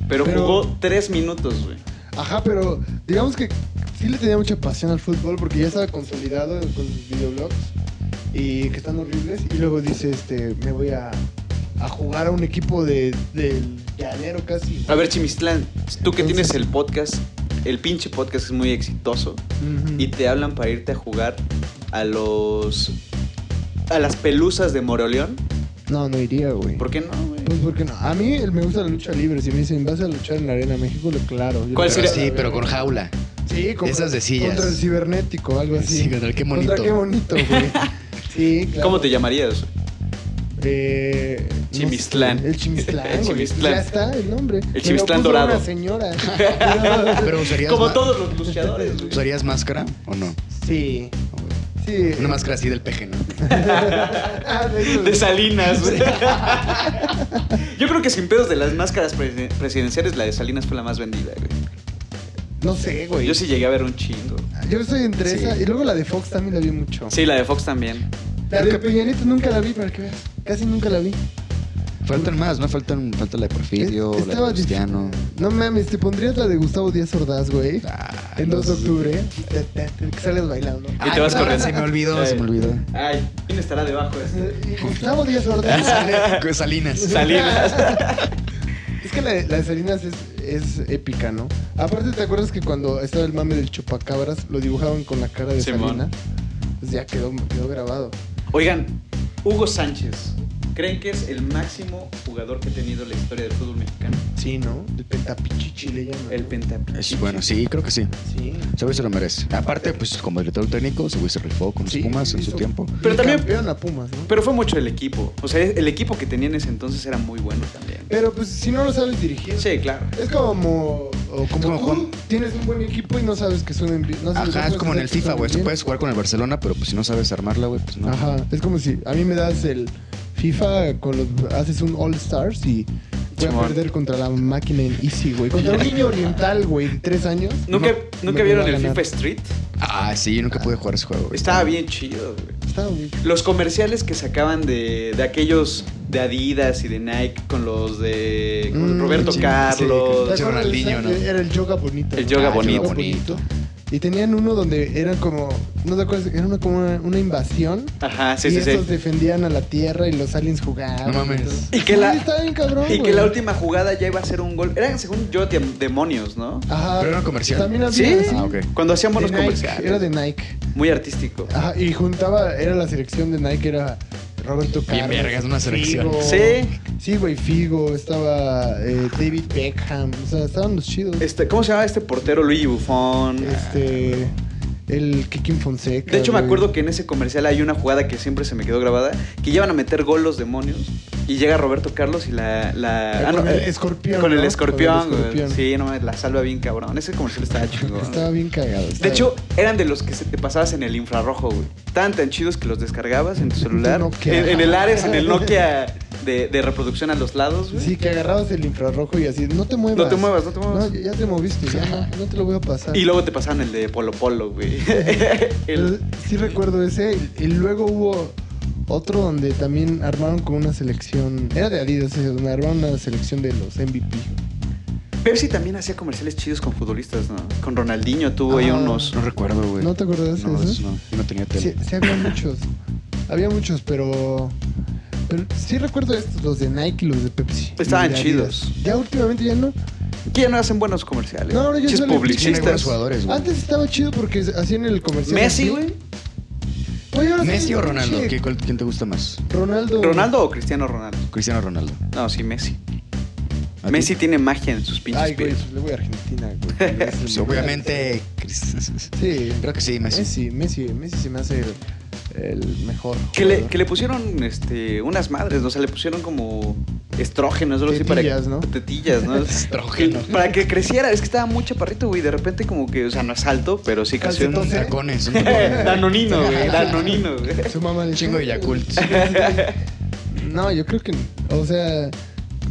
Speaker 2: Pero,
Speaker 4: Pero-
Speaker 2: jugó tres minutos, güey.
Speaker 4: Ajá, pero digamos que sí le tenía mucha pasión al fútbol porque ya estaba consolidado con sus videoblogs y que están horribles. Y luego dice, este, me voy a, a jugar a un equipo de, del llanero casi.
Speaker 2: A ver, Chimistlán, tú que
Speaker 4: Entonces-
Speaker 2: tienes el podcast, el pinche podcast es muy exitoso,
Speaker 4: Ujú.
Speaker 2: y te hablan para irte a jugar a los. a las pelusas de Moroleón.
Speaker 4: No, no iría, güey.
Speaker 2: ¿Por qué no, güey?
Speaker 4: Pues porque no. A mí el- me gusta la lucha libre. Si me dicen, vas a luchar en la Arena México, lo claro. yo
Speaker 2: ¿Cuál
Speaker 4: lo-
Speaker 3: Pero
Speaker 2: sería-
Speaker 3: sí, pero con jaula.
Speaker 4: Sí, con-
Speaker 3: esas de sillas.
Speaker 4: Contra el cibernético, algo así.
Speaker 3: Sí, contra el qué bonito.
Speaker 4: Contra qué bonito, güey. sí, claro.
Speaker 2: ¿Cómo te llamarías?
Speaker 4: Eh, no
Speaker 2: Chimistlán.
Speaker 4: sé, el Chimistlán.
Speaker 2: El
Speaker 4: güey.
Speaker 2: Chimistlán.
Speaker 4: Ya está el nombre. Me lo
Speaker 2: Chimistlán
Speaker 4: puso
Speaker 2: dorado.
Speaker 4: Una señora.
Speaker 3: Pero usarías.
Speaker 2: Como
Speaker 3: ma-
Speaker 2: todos los luchadores, güey.
Speaker 3: ¿Usarías máscara o no?
Speaker 4: sí.
Speaker 3: No, güey.
Speaker 4: Sí.
Speaker 3: Una máscara así del peje, ¿no?
Speaker 4: Ah, de esos.
Speaker 2: De Salinas, güey. Yo creo que sin pedos de las máscaras presi- presidenciales, la de Salinas fue la más vendida, güey.
Speaker 4: No sé, güey.
Speaker 2: Yo sí llegué a ver un chingo.
Speaker 4: Yo estoy entre
Speaker 3: Sí.
Speaker 4: esa. Y luego la de Fox también la vi mucho.
Speaker 2: Sí, la de Fox también.
Speaker 4: La de Peñanito nunca la vi, para que veas. Casi nunca la vi.
Speaker 3: Faltan más, ¿no? Faltan, falta la de Porfirio,
Speaker 4: Es-
Speaker 3: la de
Speaker 4: dif-
Speaker 3: Cristiano.
Speaker 4: No mames, te pondrías la de Gustavo Díaz Ordaz, güey.
Speaker 3: Ah,
Speaker 4: En
Speaker 3: no
Speaker 4: 2 de octubre. Te- te- te- Que sales bailando.
Speaker 2: Y te
Speaker 3: perdón,
Speaker 2: vas corriendo.
Speaker 3: Se me olvidó, se me olvidó.
Speaker 2: Ay, ¿quién estará debajo de este?
Speaker 4: Y Gustavo Díaz Ordaz.
Speaker 3: Salinas.
Speaker 2: Salinas.
Speaker 4: Es que la, de- la de Salinas es, es épica, ¿no? Aparte, ¿te acuerdas que cuando estaba el mame del chupacabras lo dibujaban con la cara de
Speaker 2: Simón.
Speaker 4: Salinas? Pues ya quedó, quedó grabado.
Speaker 2: Oigan, Hugo Sánchez. ¿Creen que es el máximo jugador que ha tenido la historia del fútbol mexicano?
Speaker 4: Sí, ¿no? El pentapichichi le llaman.
Speaker 2: El
Speaker 4: ¿no?
Speaker 2: pentapichichi.
Speaker 3: Es- bueno, sí, creo que sí.
Speaker 4: Sí.
Speaker 3: Ese güey se lo merece. Aparte, pues como director técnico, se güey se rifó con los
Speaker 4: Sí,
Speaker 3: Pumas en
Speaker 4: hizo-
Speaker 3: su tiempo.
Speaker 2: Pero
Speaker 4: Y
Speaker 2: también-
Speaker 4: Campeón a Pumas, ¿no?
Speaker 2: Pero fue mucho el equipo. O sea, el equipo que tenía en ese entonces era muy bueno también.
Speaker 4: Pero pues si no lo sabes dirigir.
Speaker 2: Sí, claro.
Speaker 4: Es como, o como,
Speaker 3: como
Speaker 4: tú
Speaker 3: con-
Speaker 4: tienes un buen equipo y no sabes que suenen bien. No sabes- no
Speaker 3: Ajá, es
Speaker 4: puedes
Speaker 3: como en
Speaker 4: hacer
Speaker 3: el
Speaker 4: que
Speaker 3: FIFA, güey.
Speaker 4: suenen
Speaker 3: Se
Speaker 4: bien.
Speaker 3: puedes jugar con el Barcelona, pero pues si no sabes armarla, güey, pues no.
Speaker 4: Ajá, es como si a mí me das el FIFA, con los, haces un All Stars y Voy a
Speaker 2: Simón.
Speaker 4: perder contra la máquina en Easy, güey. Contra un niño oriental, güey, de tres años.
Speaker 2: ¿Nunca,
Speaker 4: no,
Speaker 2: ¿nunca
Speaker 4: me
Speaker 2: vieron
Speaker 4: iba a
Speaker 2: el
Speaker 4: ganar.
Speaker 2: FIFA Street?
Speaker 3: Ah, sí, yo nunca pude jugar ese juego. güey.
Speaker 2: Estaba bien chido, güey.
Speaker 4: Está bien.
Speaker 2: Los comerciales que sacaban de, de aquellos de Adidas y de Nike con los de con
Speaker 4: Mm,
Speaker 2: Roberto
Speaker 4: sí,
Speaker 2: Carlos.
Speaker 3: sí, Pinche Ronaldinho, ¿no?
Speaker 4: Era el yoga bonito.
Speaker 2: El
Speaker 4: ¿no?
Speaker 2: yoga
Speaker 4: Ah,
Speaker 2: bonito.
Speaker 4: Y tenían uno donde eran como, ¿no te acuerdas? Era una, como una, una invasión.
Speaker 2: Ajá, sí,
Speaker 4: y
Speaker 2: sí, sí.
Speaker 4: estos defendían a la tierra y los aliens jugaban.
Speaker 3: No mames.
Speaker 4: entonces-
Speaker 2: Y que
Speaker 4: Sí,
Speaker 2: la-
Speaker 4: estaba bien cabrón,
Speaker 2: Y que
Speaker 4: güey.
Speaker 2: la última jugada ya iba a ser un gol. Eran, según yo, de- demonios, ¿no?
Speaker 4: Ajá.
Speaker 3: Pero era comercial.
Speaker 4: También había
Speaker 2: Sí.
Speaker 4: así,
Speaker 3: Ah, ok.
Speaker 2: Cuando hacíamos
Speaker 4: de
Speaker 2: los
Speaker 4: Nike,
Speaker 2: comerciales.
Speaker 4: Era de Nike. Ah.
Speaker 2: Muy artístico.
Speaker 4: Ajá, y juntaba, era la selección de Nike, era Roberto
Speaker 3: Bien
Speaker 4: Carlos.
Speaker 3: vergas, una selección.
Speaker 4: Figo.
Speaker 2: Sí.
Speaker 4: Sí, güey, Figo, estaba eh, David Beckham, o sea, estaban los chidos.
Speaker 2: Este, ¿Cómo se llamaba este portero? Luigi Buffon.
Speaker 4: Este, el Kikin Fonseca.
Speaker 2: De hecho, me
Speaker 4: güey.
Speaker 2: acuerdo que en ese comercial hay una jugada que siempre se me quedó grabada, que llevan a meter gol los demonios y llega Roberto Carlos y la... la-
Speaker 4: Ah, con
Speaker 2: no,
Speaker 4: el
Speaker 2: eh,
Speaker 4: escorpión,
Speaker 2: Con el
Speaker 4: ¿no?
Speaker 2: escorpión,
Speaker 4: Con el
Speaker 2: güey.
Speaker 4: escorpión.
Speaker 2: Sí, no mames, la salva bien cabrón. Ese comercial estaba chingón.
Speaker 4: Estaba bien cagado.
Speaker 2: De
Speaker 4: estaba-
Speaker 2: hecho, eran de los que se te pasabas en el infrarrojo, güey. Estaban tan chidos que los descargabas en tu celular.
Speaker 4: Nokia.
Speaker 2: En, en el Ares, en el Nokia de, de reproducción a los lados, güey.
Speaker 4: Sí, que agarrabas el infrarrojo y así, no te muevas.
Speaker 2: No te muevas, no te muevas.
Speaker 4: No, ya te moviste, ya no, no te lo voy a pasar.
Speaker 2: Y luego te pasaban el de Polo Polo, güey.
Speaker 4: Pero
Speaker 2: El-
Speaker 4: Sí recuerdo ese, y luego hubo otro donde también armaron con una selección, era de Adidas, ese, donde armaron una selección de los MVP.
Speaker 2: Pepsi también hacía comerciales chidos con futbolistas, ¿no? Con Ronaldinho tuvo ahí
Speaker 4: Ah.
Speaker 2: unos...
Speaker 3: No recuerdo, güey.
Speaker 4: ¿No te acuerdas de
Speaker 3: No,
Speaker 4: eso?
Speaker 3: eso no. Yo no tenía
Speaker 4: Sí,
Speaker 3: tele.
Speaker 4: sí había muchos. había muchos, pero. Pero sí recuerdo estos, los de Nike y los de Pepsi.
Speaker 2: Estaban
Speaker 4: Y de
Speaker 2: chidos.
Speaker 4: Adidas. Ya últimamente ya no.
Speaker 2: Que ya no hacen buenos comerciales.
Speaker 4: No, ahora ya
Speaker 2: Chis
Speaker 4: solo-
Speaker 3: Tiene buenos
Speaker 2: publicistas.
Speaker 3: jugadores, güey.
Speaker 4: Antes estaba chido porque hacían el comercial.
Speaker 2: Messi,
Speaker 4: así.
Speaker 2: güey.
Speaker 4: Oye, ahora sí,
Speaker 3: ¿Messi o
Speaker 4: pinche
Speaker 3: Ronaldo? ¿Qué- cuál- ¿Quién te gusta más?
Speaker 4: Ronaldo.
Speaker 2: ¿Ronaldo o Cristiano Ronaldo?
Speaker 3: Cristiano Ronaldo.
Speaker 2: No, sí, Messi.
Speaker 3: ¿A ti?
Speaker 2: Messi tiene magia en sus pinches
Speaker 4: Ay, güey,
Speaker 2: pies.
Speaker 4: pues le voy a Argentina, güey.
Speaker 3: Pues, obviamente, Cris-
Speaker 4: Sí.
Speaker 3: creo que sí, Messi.
Speaker 4: Messi, Messi, Messi se me hace el, el mejor.
Speaker 2: Que le,
Speaker 4: jugador.
Speaker 2: que le pusieron este, unas madres, ¿no? O sea, le pusieron como estrógenos, algo así para
Speaker 4: Tetillas, ¿no?
Speaker 2: Tetillas, ¿no?
Speaker 3: Estrógeno.
Speaker 2: Para que creciera. Es que estaba muy chaparrito, güey. De repente, como que, o sea, no es alto, pero sí creció. en-
Speaker 4: Calcetón.
Speaker 3: Tacones. un
Speaker 2: Danonino, güey. Danonino, güey.
Speaker 4: Su mamá le
Speaker 3: chingo de Yakult.
Speaker 4: No, yo creo que. O sea,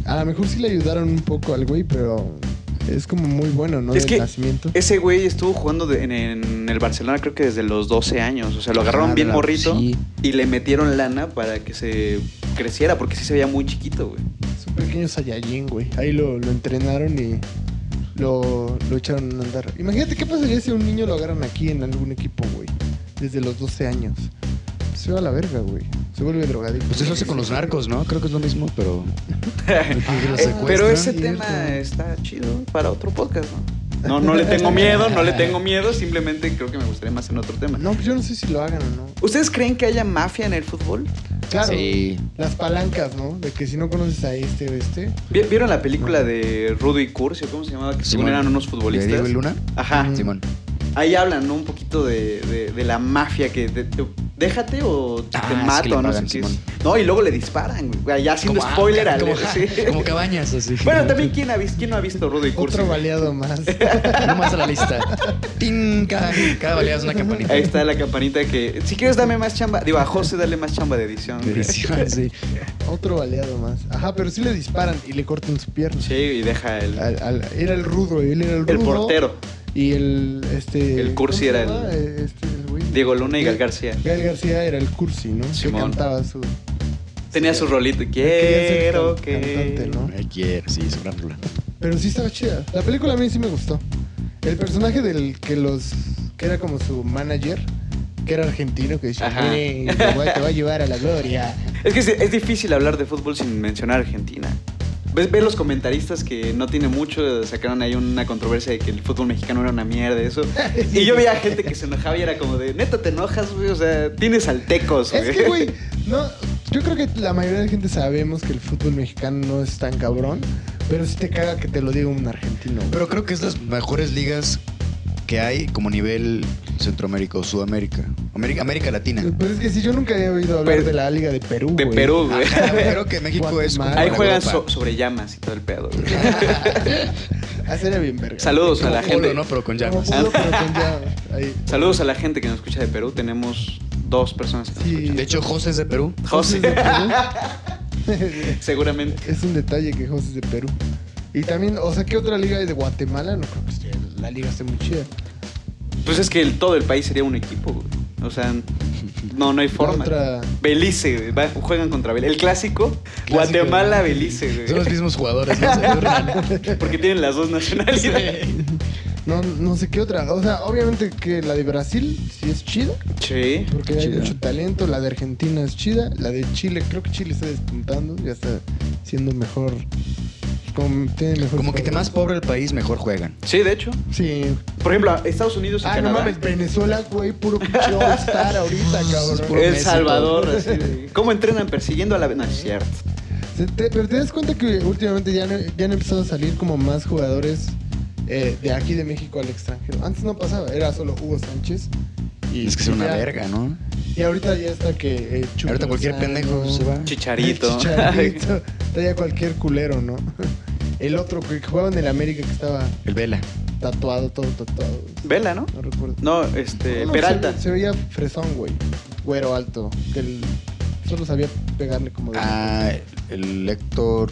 Speaker 4: a lo mejor sí le ayudaron un poco al güey, pero es como muy bueno, ¿no?
Speaker 2: Es
Speaker 4: Del
Speaker 2: que
Speaker 4: nacimiento.
Speaker 2: Ese güey estuvo jugando de- en, en el Barcelona creo que desde los 12 años. O sea, lo agarraron
Speaker 3: Ah, de
Speaker 2: bien
Speaker 3: la-
Speaker 2: morrito
Speaker 3: sí.
Speaker 2: y le metieron lana para que se creciera, porque sí se veía muy chiquito, güey.
Speaker 4: Es un pequeño Saiyajin, güey. Ahí lo, lo entrenaron y lo, lo echaron a andar. Imagínate qué pasaría si a un niño lo agarran aquí en algún equipo, güey. Desde los 12 años. Se va a la verga, güey. Se vuelve drogadicto.
Speaker 3: Pues eso hace con los narcos, ¿no? Creo que es lo mismo, pero. que los
Speaker 2: Eh,
Speaker 3: secuestran.
Speaker 2: pero ese tema
Speaker 4: Cierto.
Speaker 2: está chido para otro podcast, ¿no? No, no le tengo miedo, no le tengo miedo, simplemente creo que me gustaría más en otro tema.
Speaker 4: No, pues yo no sé si lo hagan o no.
Speaker 2: ¿Ustedes creen que haya mafia en el fútbol?
Speaker 4: Claro.
Speaker 3: Sí.
Speaker 4: Las palancas, ¿no? De que si no conoces a este o este.
Speaker 2: ¿Vi- ¿Vieron la película de Rudo y Curcio? ¿Cómo se llamaba? Que según
Speaker 3: Simón.
Speaker 2: eran unos
Speaker 3: ¿Le
Speaker 2: futbolistas.
Speaker 3: digo el Luna?
Speaker 2: Ajá.
Speaker 4: Mm.
Speaker 3: Simón.
Speaker 2: Ahí hablan, ¿no? Un poquito de, de- de la mafia que te- te- déjate o te
Speaker 3: Ah, es que
Speaker 2: mato,
Speaker 3: le
Speaker 2: no sé
Speaker 3: pagan,
Speaker 2: qué es.
Speaker 3: Simón.
Speaker 2: No, y luego le disparan, güey. Ya haciendo
Speaker 3: Como-
Speaker 2: spoiler
Speaker 3: ah,
Speaker 2: al
Speaker 3: como,
Speaker 2: sí.
Speaker 3: como cabañas, así.
Speaker 2: Bueno, también quién ha visto, quién no ha visto Rudo y Cursi.
Speaker 4: Otro baleado más.
Speaker 3: No más a la lista. Tin, cada, cada baleada es una campanita.
Speaker 2: Ahí está la campanita que. Si quieres dame más chamba. Digo, a José dale más chamba de edición. güey.
Speaker 3: Edición, sí.
Speaker 4: Otro baleado más. Ajá, pero sí le disparan y le cortan su pierna.
Speaker 2: Sí, y deja el.
Speaker 4: Al- al- era el rudo, él era el rudo.
Speaker 2: El portero.
Speaker 4: Y el este.
Speaker 2: El Cursi
Speaker 4: ¿cómo se
Speaker 2: era
Speaker 4: llama?
Speaker 2: el-
Speaker 4: Este, el güey.
Speaker 2: Diego Luna y Gal García.
Speaker 4: Gael García era el cursi, ¿no?
Speaker 2: Simón.
Speaker 4: Que cantaba su.
Speaker 2: Tenía su rolito.
Speaker 4: quería ser
Speaker 2: Quiero
Speaker 4: can-
Speaker 2: que.
Speaker 4: cantante, ¿no?
Speaker 3: Ay, quiero, sí, es una rula.
Speaker 4: Pero sí estaba chida. La película a mí sí me gustó. El personaje del que los. que era como su manager, que era argentino, que decía,
Speaker 2: Ajá.
Speaker 4: "Ey, te voy, te voy a llevar a la gloria.
Speaker 2: Es que es, es difícil hablar de fútbol sin mencionar Argentina. ¿Ves, ves los comentaristas que no tiene mucho, sacaron ahí una controversia de que el fútbol mexicano era una mierda, eso. Y yo veía gente que se enojaba y era como de, neta, te enojas, güey, o sea, tienes altecos, güey.
Speaker 4: Es que, güey, no, yo creo que la mayoría de la gente sabemos que el fútbol mexicano no es tan cabrón, pero sí te caga que te lo diga un argentino. güey.
Speaker 3: Pero creo que es las mejores ligas que hay como nivel Centroamérica o Sudamérica. América, América Latina.
Speaker 4: Pero es que si yo nunca había oído hablar
Speaker 2: Pero-
Speaker 4: de la Liga de Perú.
Speaker 2: De
Speaker 4: güey.
Speaker 2: Perú, güey.
Speaker 3: Ajá, güey, creo que México es como
Speaker 4: Guatemala.
Speaker 2: Ahí
Speaker 3: la
Speaker 2: juegan
Speaker 3: Europa.
Speaker 2: so- sobre llamas y todo el pedo, güey.
Speaker 4: Ah, sería bien verga.
Speaker 2: Saludos a
Speaker 3: Como
Speaker 2: la
Speaker 3: polo,
Speaker 2: gente.
Speaker 3: ¿no? Pero con
Speaker 4: Como
Speaker 3: llamas.
Speaker 4: pudo, pero con llaves. Ahí.
Speaker 2: Saludos a la gente que nos escucha de Perú. Tenemos dos personas que nos
Speaker 4: Sí.
Speaker 2: escuchan.
Speaker 3: De hecho, José es de Perú.
Speaker 2: José.
Speaker 4: Entonces, de Perú,
Speaker 2: Seguramente.
Speaker 4: es un detalle que José es de Perú. Y también, o sea, ¿qué otra liga hay de Guatemala? No creo que esté. La liga esté muy chida.
Speaker 2: Pues es que el- todo el país sería un equipo, güey. O sea, no, no hay forma.
Speaker 4: otra-
Speaker 2: Belice, güey. Va- juegan contra Belice. El clásico, Guatemala, Belice,
Speaker 3: Son los
Speaker 2: güey.
Speaker 3: mismos jugadores, ¿no? Se turnan.
Speaker 2: Porque tienen las dos nacionalidades.
Speaker 4: No, no sé qué otra. O sea, obviamente que la de Brasil sí es chida,
Speaker 2: Sí.
Speaker 4: porque hay
Speaker 3: Chida.
Speaker 4: mucho talento. La de Argentina es chida. La de Chile, creo que Chile está despuntando, ya está siendo mejor. Como, tiene mejor
Speaker 3: Como que entre más pobre el país, mejor juegan.
Speaker 2: Sí, de hecho.
Speaker 4: Sí.
Speaker 2: Por ejemplo, Estados Unidos
Speaker 3: Pues
Speaker 2: y
Speaker 4: Ah, no
Speaker 2: Canadá.
Speaker 4: mames, Venezuela, güey, puro pinche all-star ahorita,
Speaker 3: Es
Speaker 4: cabrón.
Speaker 3: puro
Speaker 2: El
Speaker 3: Messi,
Speaker 2: Salvador,
Speaker 3: todo.
Speaker 2: así de- ¿Cómo entrenan persiguiendo a la... No, es cierto.
Speaker 4: Se te- pero te das cuenta que últimamente ya, no- ya han empezado a salir como más jugadores eh, de aquí de México al extranjero. Antes no pasaba, era solo Hugo Sánchez. Y,
Speaker 3: es que es una
Speaker 4: ya-
Speaker 3: verga, ¿no?
Speaker 4: Y ahorita ya está que. eh, Chucky
Speaker 3: Ahorita cualquier
Speaker 4: Lozano,
Speaker 3: pendejo se va.
Speaker 2: Chicharito.
Speaker 4: Chicharito. Está ya cualquier culero, ¿no? El otro que jugaba en el América que estaba
Speaker 3: El Vela.
Speaker 4: tatuado, todo tatuado.
Speaker 2: Vela, ¿no?
Speaker 4: No recuerdo.
Speaker 2: No, este,
Speaker 4: Uno que
Speaker 2: Peralta.
Speaker 4: Se, se veía fresón, güey. Güero alto. Que él solo sabía pegarle como de.
Speaker 3: Ah, el Héctor.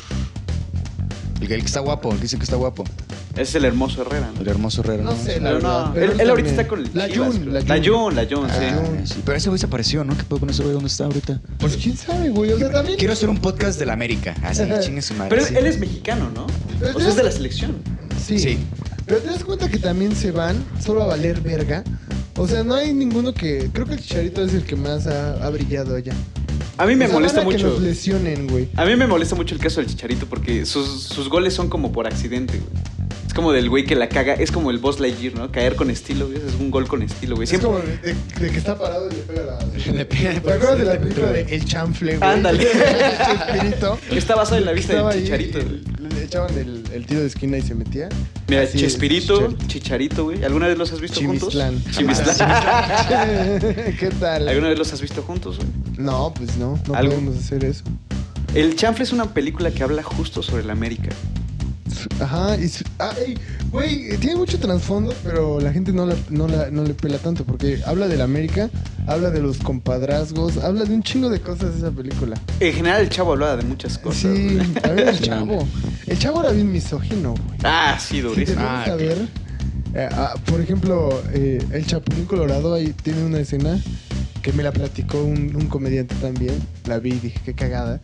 Speaker 3: El, el que está guapo, el que dice que está guapo.
Speaker 2: Es el hermoso Herrera, ¿no?
Speaker 3: El hermoso Herrera.
Speaker 4: No sé, la
Speaker 2: Pero
Speaker 4: verdad.
Speaker 2: no,
Speaker 4: Pero
Speaker 2: él, él ahorita
Speaker 4: también.
Speaker 2: está con
Speaker 4: La
Speaker 2: Chivas,
Speaker 4: Jun,
Speaker 2: creo.
Speaker 4: la
Speaker 2: la Jun,
Speaker 4: Jun.
Speaker 2: la Jun, sí.
Speaker 3: Ah, sí. Pero ese güey se apareció, ¿no? ¿Qué puedo con ese güey? ¿Dónde está ahorita?
Speaker 4: Pues quién sabe, güey. O sea, también.
Speaker 3: Quiero hacer un podcast del América. Así, chingue su madre.
Speaker 2: Pero
Speaker 3: sí.
Speaker 2: él es mexicano, ¿no? O sea, es de la selección.
Speaker 4: Sí.
Speaker 3: Sí.
Speaker 4: Pero te das cuenta que también se van solo a valer verga. O sea, no hay ninguno que. Creo que el chicharito es el que más ha, ha brillado allá.
Speaker 2: A mí me
Speaker 4: O sea,
Speaker 2: molesta
Speaker 4: van a Que
Speaker 2: mucho.
Speaker 4: nos lesionen, güey.
Speaker 2: A mí me molesta mucho el caso del Chicharito porque sus, sus goles son como por accidente, güey. Es como del güey que la caga, es como el Boss Lightyear, ¿no? Caer con estilo, güey. Es un gol con estilo, güey.
Speaker 4: Es
Speaker 2: Siempre.
Speaker 4: como de, de que está parado y le pega la.
Speaker 3: Le pega-
Speaker 4: ¿Te acuerdas de la película de El Chanfle, güey?
Speaker 2: Ándale.
Speaker 4: Chespirito.
Speaker 2: Está basado en la vista
Speaker 4: Estaba
Speaker 2: del
Speaker 4: ahí,
Speaker 2: Chicharito. güey.
Speaker 4: le- Le echaban el, el tiro de esquina y se metía.
Speaker 2: Mira,
Speaker 4: Así es,
Speaker 2: Chespirito,
Speaker 4: Chicharito.
Speaker 2: Chicharito, güey. ¿Alguna vez los has visto
Speaker 4: Chimistlán.
Speaker 2: juntos? Chimistlán.
Speaker 4: ¿Qué tal?
Speaker 2: ¿Alguna vez los has visto juntos, güey?
Speaker 4: No, pues no, no
Speaker 2: Algo.
Speaker 4: podemos hacer eso.
Speaker 2: El Chanfle es una película que habla justo sobre la América.
Speaker 4: Ajá, y su- ah, ey, güey, tiene mucho trasfondo, pero la gente no, la- no, la- no le pela tanto, porque habla de la América, habla de los compadrazgos, habla de un chingo de cosas esa película.
Speaker 2: En general, el chavo hablaba de muchas cosas.
Speaker 4: sí,
Speaker 2: güey.
Speaker 4: también el chavo. El chavo era bien misógino, güey.
Speaker 2: Ah, sí,
Speaker 4: Si te
Speaker 2: durísimo.
Speaker 4: pones
Speaker 3: Ah,
Speaker 4: a ver, eh, ah, por ejemplo, eh, el Chapulín Colorado ahí tiene una escena que me la platicó un, un comediante también, la vi y dije, qué cagada,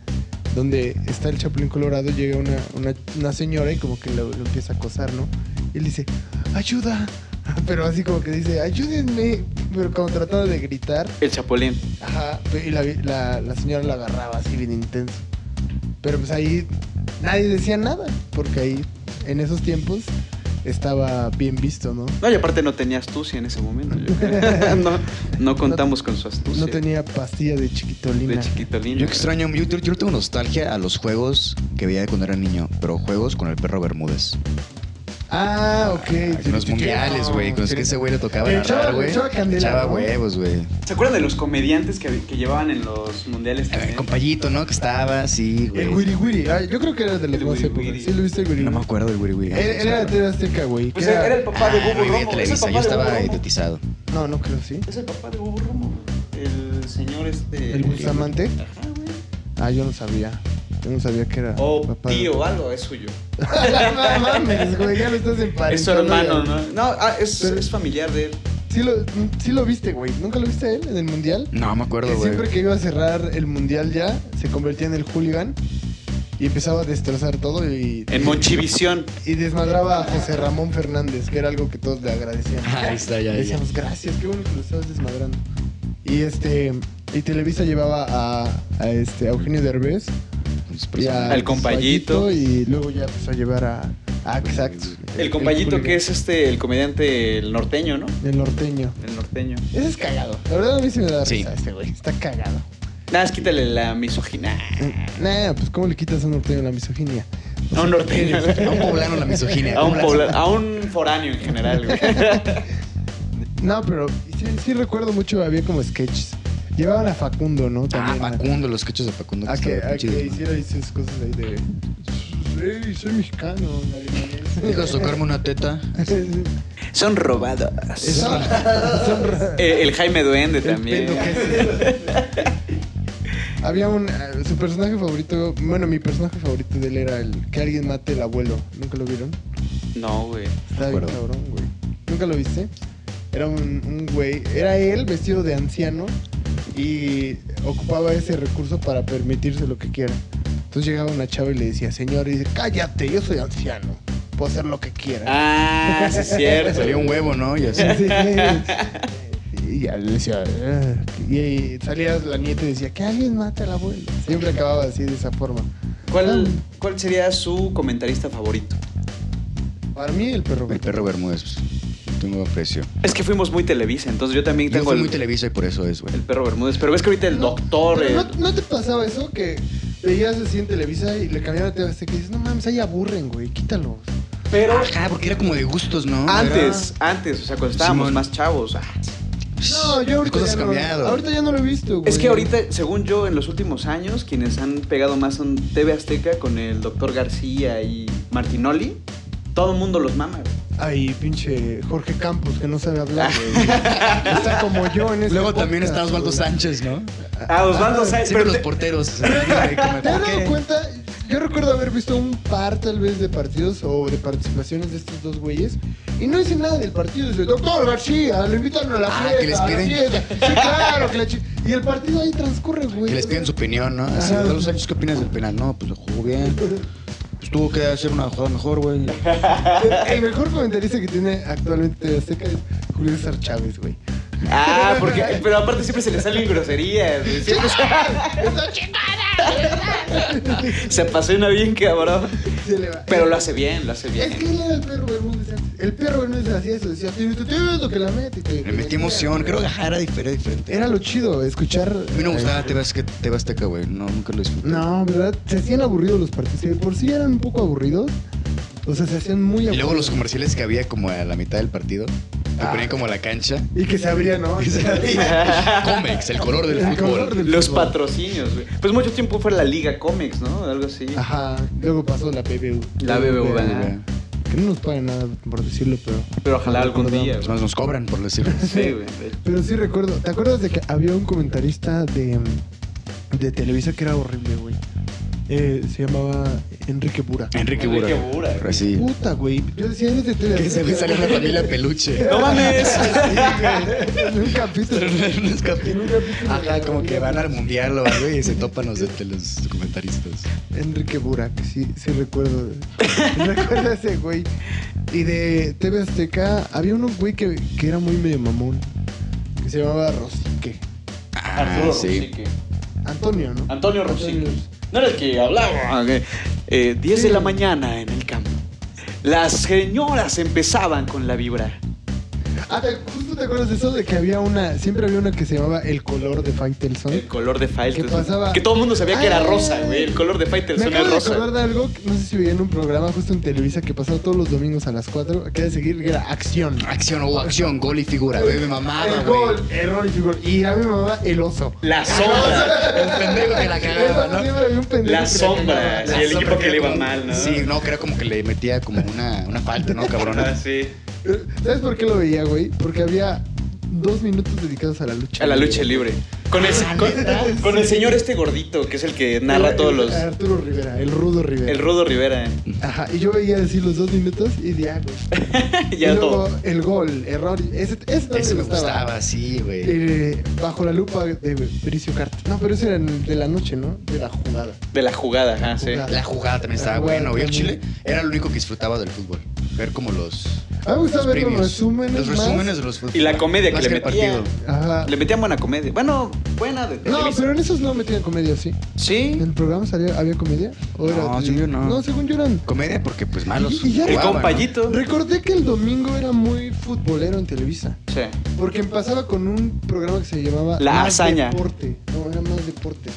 Speaker 4: donde está el Chapulín Colorado, llega una, una, una señora y como que lo, lo empieza a acosar, ¿no? Y él dice, ayuda, pero así como que dice, ayúdenme, pero como tratando de gritar,
Speaker 2: El Chapolín.
Speaker 4: Ajá, pe- y la, vi- la- la señora lo agarraba así bien intenso. Pero pues ahí nadie decía nada, porque ahí en esos tiempos estaba bien visto, ¿no?
Speaker 2: No, y aparte no tenía astucia en ese momento. yo creo. no, no contamos con su
Speaker 3: Pues
Speaker 2: astucia.
Speaker 4: No tenía pastilla de chiquitolina.
Speaker 2: De chiquitolina.
Speaker 3: Yo extraño, yo, yo- yo tengo nostalgia a los juegos que veía cuando era niño, pero juegos con el perro Bermúdez.
Speaker 4: ah, ok.
Speaker 3: Con los mundiales, güey, con los que ese güey le tocaba
Speaker 4: Le echaba-
Speaker 3: narrar,
Speaker 4: le
Speaker 3: güey.
Speaker 4: echaba candela,
Speaker 3: Echaba
Speaker 4: ¿no?
Speaker 3: huevos, güey.
Speaker 2: ¿Se acuerdan de los comediantes que, que llevaban en los mundiales?
Speaker 3: El
Speaker 2: también?
Speaker 3: compayito, ¿no? Que estaba, sí,
Speaker 4: El
Speaker 3: güey.
Speaker 4: wiri wiri. Ah, yo creo que era de los
Speaker 2: El
Speaker 4: más
Speaker 2: wiri
Speaker 4: épocas.
Speaker 2: wiri.
Speaker 4: Sí, lo viste el wiri
Speaker 3: No me
Speaker 4: wiri.
Speaker 3: acuerdo del güey, güey.
Speaker 4: Era, era de TV Azteca, güey.
Speaker 2: Pues
Speaker 4: que
Speaker 2: era, era el papá de
Speaker 3: Ah,
Speaker 2: Bubu
Speaker 3: lo vi de
Speaker 2: Romo. Es el
Speaker 3: Televisa,
Speaker 2: papá
Speaker 3: yo
Speaker 2: de Bubu
Speaker 3: estaba
Speaker 2: Romo.
Speaker 3: idiotizado.
Speaker 4: No, no creo, sí.
Speaker 2: Es el papá de Bubu Romo. El señor este.
Speaker 4: ¿El Bustamante?
Speaker 2: Ajá, güey.
Speaker 4: Ah, yo no sabía. Yo no sabía que era.
Speaker 2: O
Speaker 4: papá de-
Speaker 2: tío, algo, es suyo.
Speaker 4: no mames, güey, ya lo estás emparentando.
Speaker 2: Es su hermano,
Speaker 4: ya.
Speaker 2: ¿no? No, ah, es,
Speaker 4: Pero-
Speaker 2: es familiar de él.
Speaker 4: Sí lo, sí lo viste, güey. ¿Nunca lo viste a él en el mundial?
Speaker 3: No me acuerdo,
Speaker 4: Que siempre
Speaker 3: güey.
Speaker 4: que iba a cerrar el mundial ya, se convertía en el hooligan y empezaba a destrozar todo y...
Speaker 2: En Monchivisión.
Speaker 4: Y desmadraba a José Ramón Fernández, que era algo que todos le agradecían.
Speaker 3: Ahí está, Ah, ya, ya.
Speaker 4: Decíamos, gracias, qué bueno que lo estabas desmadrando. Y este... Y Televisa llevaba a, a este, a Eugenio Derbez
Speaker 3: Pues,
Speaker 4: y
Speaker 3: Ah,
Speaker 4: a-
Speaker 2: Pues, Al compayito.
Speaker 4: Compayito, Y luego ya empezó a llevar a... a Axax,
Speaker 2: El compayito
Speaker 4: hooligan.
Speaker 2: que es este, el comediante el norteño, ¿no?
Speaker 4: El norteño.
Speaker 2: El norteño.
Speaker 4: Ese es cagado. La verdad a mí sí me da
Speaker 3: Sí.
Speaker 4: risa este güey. Está cagado.
Speaker 2: Nada más quítale la misogina.
Speaker 4: Nah, pues ¿cómo le quitas a un norteño la misoginia?
Speaker 2: A un norteño.
Speaker 3: A un poblano la misoginia.
Speaker 2: A un,
Speaker 3: ¿cómo la
Speaker 2: pobla-
Speaker 3: hace?
Speaker 2: a un foráneo en general, güey.
Speaker 4: No, pero sí, sí recuerdo mucho, había como sketches. Llevaban a Facundo, ¿no?
Speaker 3: Ah,
Speaker 4: También,
Speaker 3: Facundo, los quechos de Facundo.
Speaker 4: A que,
Speaker 3: estaban
Speaker 4: a que
Speaker 3: chidos, ¿no?
Speaker 4: hiciera ahí sus cosas ahí de... "Ey, soy mexicano. nadie
Speaker 3: Dijo
Speaker 4: más".
Speaker 3: tocarme una teta.
Speaker 2: Son robados.
Speaker 4: Son- son ra-
Speaker 2: Eh, el Jaime Duende
Speaker 4: el
Speaker 2: también.
Speaker 4: pendejo que es. Había un. eh, Su personaje favorito. Bueno, mi personaje favorito de él era el que alguien mate el abuelo. ¿Nunca lo vieron?
Speaker 2: No, güey.
Speaker 4: Estaba bien
Speaker 3: acuerdo.
Speaker 4: cabrón, güey. ¿Nunca lo viste? Era un, un güey. Era él vestido de anciano y ocupaba ese recurso para permitirse lo que quiera. Entonces llegaba una chava y le decía, señor, y dice, cállate, yo soy anciano. Puedo hacer lo que quiera.
Speaker 2: Ah, sí es cierto.
Speaker 3: Salía un huevo, ¿no? Y así.
Speaker 4: Sí, sí, sí. Y ya le decía, "Ah", y, y salía la nieta y decía, que alguien mate al abuelo. Siempre acababa así de esa forma.
Speaker 2: ¿Cuál, ¿Cuál sería su comentarista favorito?
Speaker 4: Para mí el perro.
Speaker 3: El perro Bermúdez. pues, Tengo precio.
Speaker 2: Es que fuimos muy Televisa, entonces yo también
Speaker 3: Yo
Speaker 2: tengo
Speaker 3: fui
Speaker 2: el,
Speaker 3: muy televisa y por eso es, güey.
Speaker 2: el perro Bermúdez. Pero ves que ahorita el
Speaker 4: No,
Speaker 2: doctor.
Speaker 4: pero
Speaker 2: el-
Speaker 4: ¿no, ¿No te pasaba eso que veías así en Televisa y le cambiaban a TV Azteca y dices, no mames, ahí aburren, güey, quítalos?
Speaker 2: pero
Speaker 3: Ajá, Ah, porque era como de gustos, ¿no?
Speaker 2: antes, antes, o sea, cuando estábamos
Speaker 3: Ah, Simón.
Speaker 2: más chavos. ah,
Speaker 4: No, yo ahorita
Speaker 3: Cosas
Speaker 4: ya
Speaker 3: han
Speaker 4: no,
Speaker 3: cambiado.
Speaker 4: ahorita ya no lo he visto, güey.
Speaker 2: Es que ahorita, según yo, en los últimos años, quienes han pegado más son TV Azteca con el doctor García y Martinoli. Todo el mundo los mama, güey.
Speaker 4: Ay, pinche Jorge Campos que no sabe hablar, güey. Está como yo en ese
Speaker 3: Luego también
Speaker 4: podcast,
Speaker 3: está Osvaldo
Speaker 4: güey.
Speaker 3: Sánchez, ¿no?
Speaker 2: Ah, Osvaldo Sáenz,
Speaker 3: Siempre
Speaker 2: pero
Speaker 3: los
Speaker 2: te-
Speaker 3: porteros. Ay, como,
Speaker 4: ¿Te has
Speaker 3: ¿por
Speaker 4: dado
Speaker 3: qué?
Speaker 4: cuenta? Yo recuerdo haber visto un par tal vez de partidos o de participaciones de estos dos güeyes y no dice nada del partido. Dice, doctor García, lo invitaron a la
Speaker 3: Ah,
Speaker 4: fiesta.
Speaker 3: que les
Speaker 4: a la
Speaker 3: piden.
Speaker 4: fiesta". Sí, claro, que la chi- Y el partido ahí transcurre, güey.
Speaker 3: Que les piden su opinión, ¿no? Así,
Speaker 4: Ajá.
Speaker 3: Osvaldo Sánchez, ¿qué opinas del penal? No, pues lo jugó bien. Pues tuvo que hacer una jugada mejor, güey.
Speaker 4: El mejor comentarista que tiene actualmente TV Azteca es Julio César Chávez, güey.
Speaker 2: Ah, porque. Pero aparte siempre se le salen groserías, güey. Siempre se, se apasiona bien, cabrón.
Speaker 4: Se le va.
Speaker 2: Pero lo hace bien, lo hace
Speaker 4: Es que
Speaker 2: bien.
Speaker 4: él era el perro Bermúdez antes. El perro Bermúdez hacía eso. Decía, "Tú- tú- tú ves lo que la mete. que-
Speaker 3: Le metí emoción. Creo que ajá, era difer- era diferente.
Speaker 4: Era lo chido, escuchar. eh,
Speaker 3: A mí no me gustaba TV Azteca, TV Azteca, güey. No, nunca lo disfruté.
Speaker 4: No, ¿verdad? Se hacían aburridos los partidos. Si de por sí eran un poco aburridos. O sea, se hacían muy aburridos.
Speaker 3: Y luego los comerciales que había como a la mitad del partido. Te
Speaker 4: Ah.
Speaker 3: ponían como la cancha.
Speaker 4: Y que se abrían, ¿no?
Speaker 3: Y se abría. Comex, el color del
Speaker 4: El color
Speaker 3: fútbol.
Speaker 4: del-
Speaker 2: Los patrocinios, güey. Pues mucho tiempo fue la Liga Comex, ¿no? Algo así.
Speaker 4: Ajá. Luego pasó la PBU.
Speaker 2: La BBVA.
Speaker 3: Sí, güey.
Speaker 4: Que no nos pagan nada por decirlo, pero.
Speaker 2: Pero ojalá algún
Speaker 4: Recordamos.
Speaker 2: día,
Speaker 3: Pues
Speaker 2: güey.
Speaker 3: más nos cobran, por decirlo.
Speaker 2: Sí, güey.
Speaker 4: Pero sí recuerdo. ¿Te acuerdas de que había un comentarista de, mm, de Televisa que era horrible, güey? Eh, se llamaba Enrique Pura.
Speaker 3: Enrique Bura.
Speaker 2: Enrique Bura, güey.
Speaker 3: Así.
Speaker 4: Puta, güey. Yo decía, eres de Televisa.
Speaker 3: Que se ve salir la familia peluche.
Speaker 2: ¡No mames!
Speaker 4: En un capítulo.
Speaker 3: Unos
Speaker 4: En un
Speaker 3: capítulos.
Speaker 4: capítulo.
Speaker 3: Ajá, como que van al mundial o algo y se topan los, de los comentaristas.
Speaker 4: Enrique Burak, sí, sí recuerdo. recuerdo a ese güey. Y de TV Azteca había uno güey que, que era muy medio mamón. Que se llamaba Rosique.
Speaker 2: Arturo
Speaker 3: sí.
Speaker 2: Rosique.
Speaker 4: Antonio, ¿no?
Speaker 2: Antonio Ah, Rosique. No era el que hablaba. 10 de la mañana en el campo. Las señoras empezaban con la vibra.
Speaker 4: Ah, ¿te- justo te acuerdas de eso de que había una, siempre había una que se llamaba El color de Faitelson.
Speaker 2: El color de
Speaker 4: ¿Qué
Speaker 2: Faitelson.
Speaker 4: pasaba?
Speaker 2: Que todo el mundo sabía que era
Speaker 4: Ay.
Speaker 2: rosa, güey. El color de
Speaker 4: Me
Speaker 2: Faitelson
Speaker 4: acabo
Speaker 2: es
Speaker 4: de
Speaker 2: rosa.
Speaker 4: acordar de algo, no sé si veía en un programa justo en Televisa que pasaba todos los domingos a las 4, que era de seguir, que era Acción.
Speaker 3: Acción, o acción, gol y figura, güey, me mamaba, güey.
Speaker 4: el gol, error y figura. Y a mi mamá, El oso.
Speaker 2: La sombra.
Speaker 3: El pendejo que la cagaba, ¿no?
Speaker 4: Siempre había un pendejo
Speaker 2: La
Speaker 4: que la
Speaker 2: sombra.
Speaker 4: cagaba.
Speaker 2: Sí, el equipo que le iba mal, ¿no?
Speaker 3: Sí, no, que era como que le metía como una, una falta, ¿no,
Speaker 2: Ah,
Speaker 3: cabrona?
Speaker 2: sí.
Speaker 4: ¿Sabes por qué lo veía, güey? Porque había dos minutos dedicados a la lucha.
Speaker 2: A la lucha libre. Con el, con, con el señor este gordito, que es el que narra
Speaker 4: El-
Speaker 2: todos
Speaker 4: el-
Speaker 2: los.
Speaker 4: Arturo Rivera, el Rudo Rivera.
Speaker 2: El Rudo Rivera. ¿eh?
Speaker 4: Ajá, y yo veía decir los dos minutos y ya, güey. y
Speaker 2: ya
Speaker 4: luego
Speaker 2: todo.
Speaker 4: el gol, error. Ese, ese también
Speaker 3: Ese
Speaker 4: me
Speaker 3: me
Speaker 4: gustaba.
Speaker 3: gustaba, sí, güey.
Speaker 4: Eh, bajo la lupa de Bricio Cart. No, pero ese era el de la noche, ¿no? De la jugada.
Speaker 2: De la jugada, ajá, sí.
Speaker 4: Jugada.
Speaker 3: La jugada también estaba
Speaker 4: La jugada
Speaker 3: bueno, güey. El
Speaker 4: también.
Speaker 3: Chile era lo único que disfrutaba del fútbol. Ver como los,
Speaker 4: A mí me gustaba
Speaker 3: los
Speaker 4: ver los
Speaker 3: previos.
Speaker 4: resúmenes.
Speaker 3: Los
Speaker 4: más.
Speaker 3: resúmenes de los fútbol.
Speaker 2: Y la comedia
Speaker 3: Más
Speaker 2: que le
Speaker 3: el
Speaker 2: metían.
Speaker 3: partido.
Speaker 4: Ajá.
Speaker 2: Le metían buena comedia. Bueno, buena de
Speaker 4: No,
Speaker 2: Televisa.
Speaker 4: pero en esos no metían comedia, sí. ¿En
Speaker 2: Sí.
Speaker 4: el programa salía, había comedia? ¿O era-
Speaker 3: No, según yo no.
Speaker 4: No, según yo eran
Speaker 3: Comedia porque pues malos.
Speaker 4: Y- y ya-
Speaker 2: El
Speaker 3: jugaban, ¿no?
Speaker 2: compayito.
Speaker 4: Recordé que el domingo era muy futbolero en Televisa.
Speaker 2: Sí.
Speaker 4: Porque empezaba con un programa que se llamaba
Speaker 2: La
Speaker 4: Más
Speaker 2: Hazaña.
Speaker 4: Deporte. No, era más deporte.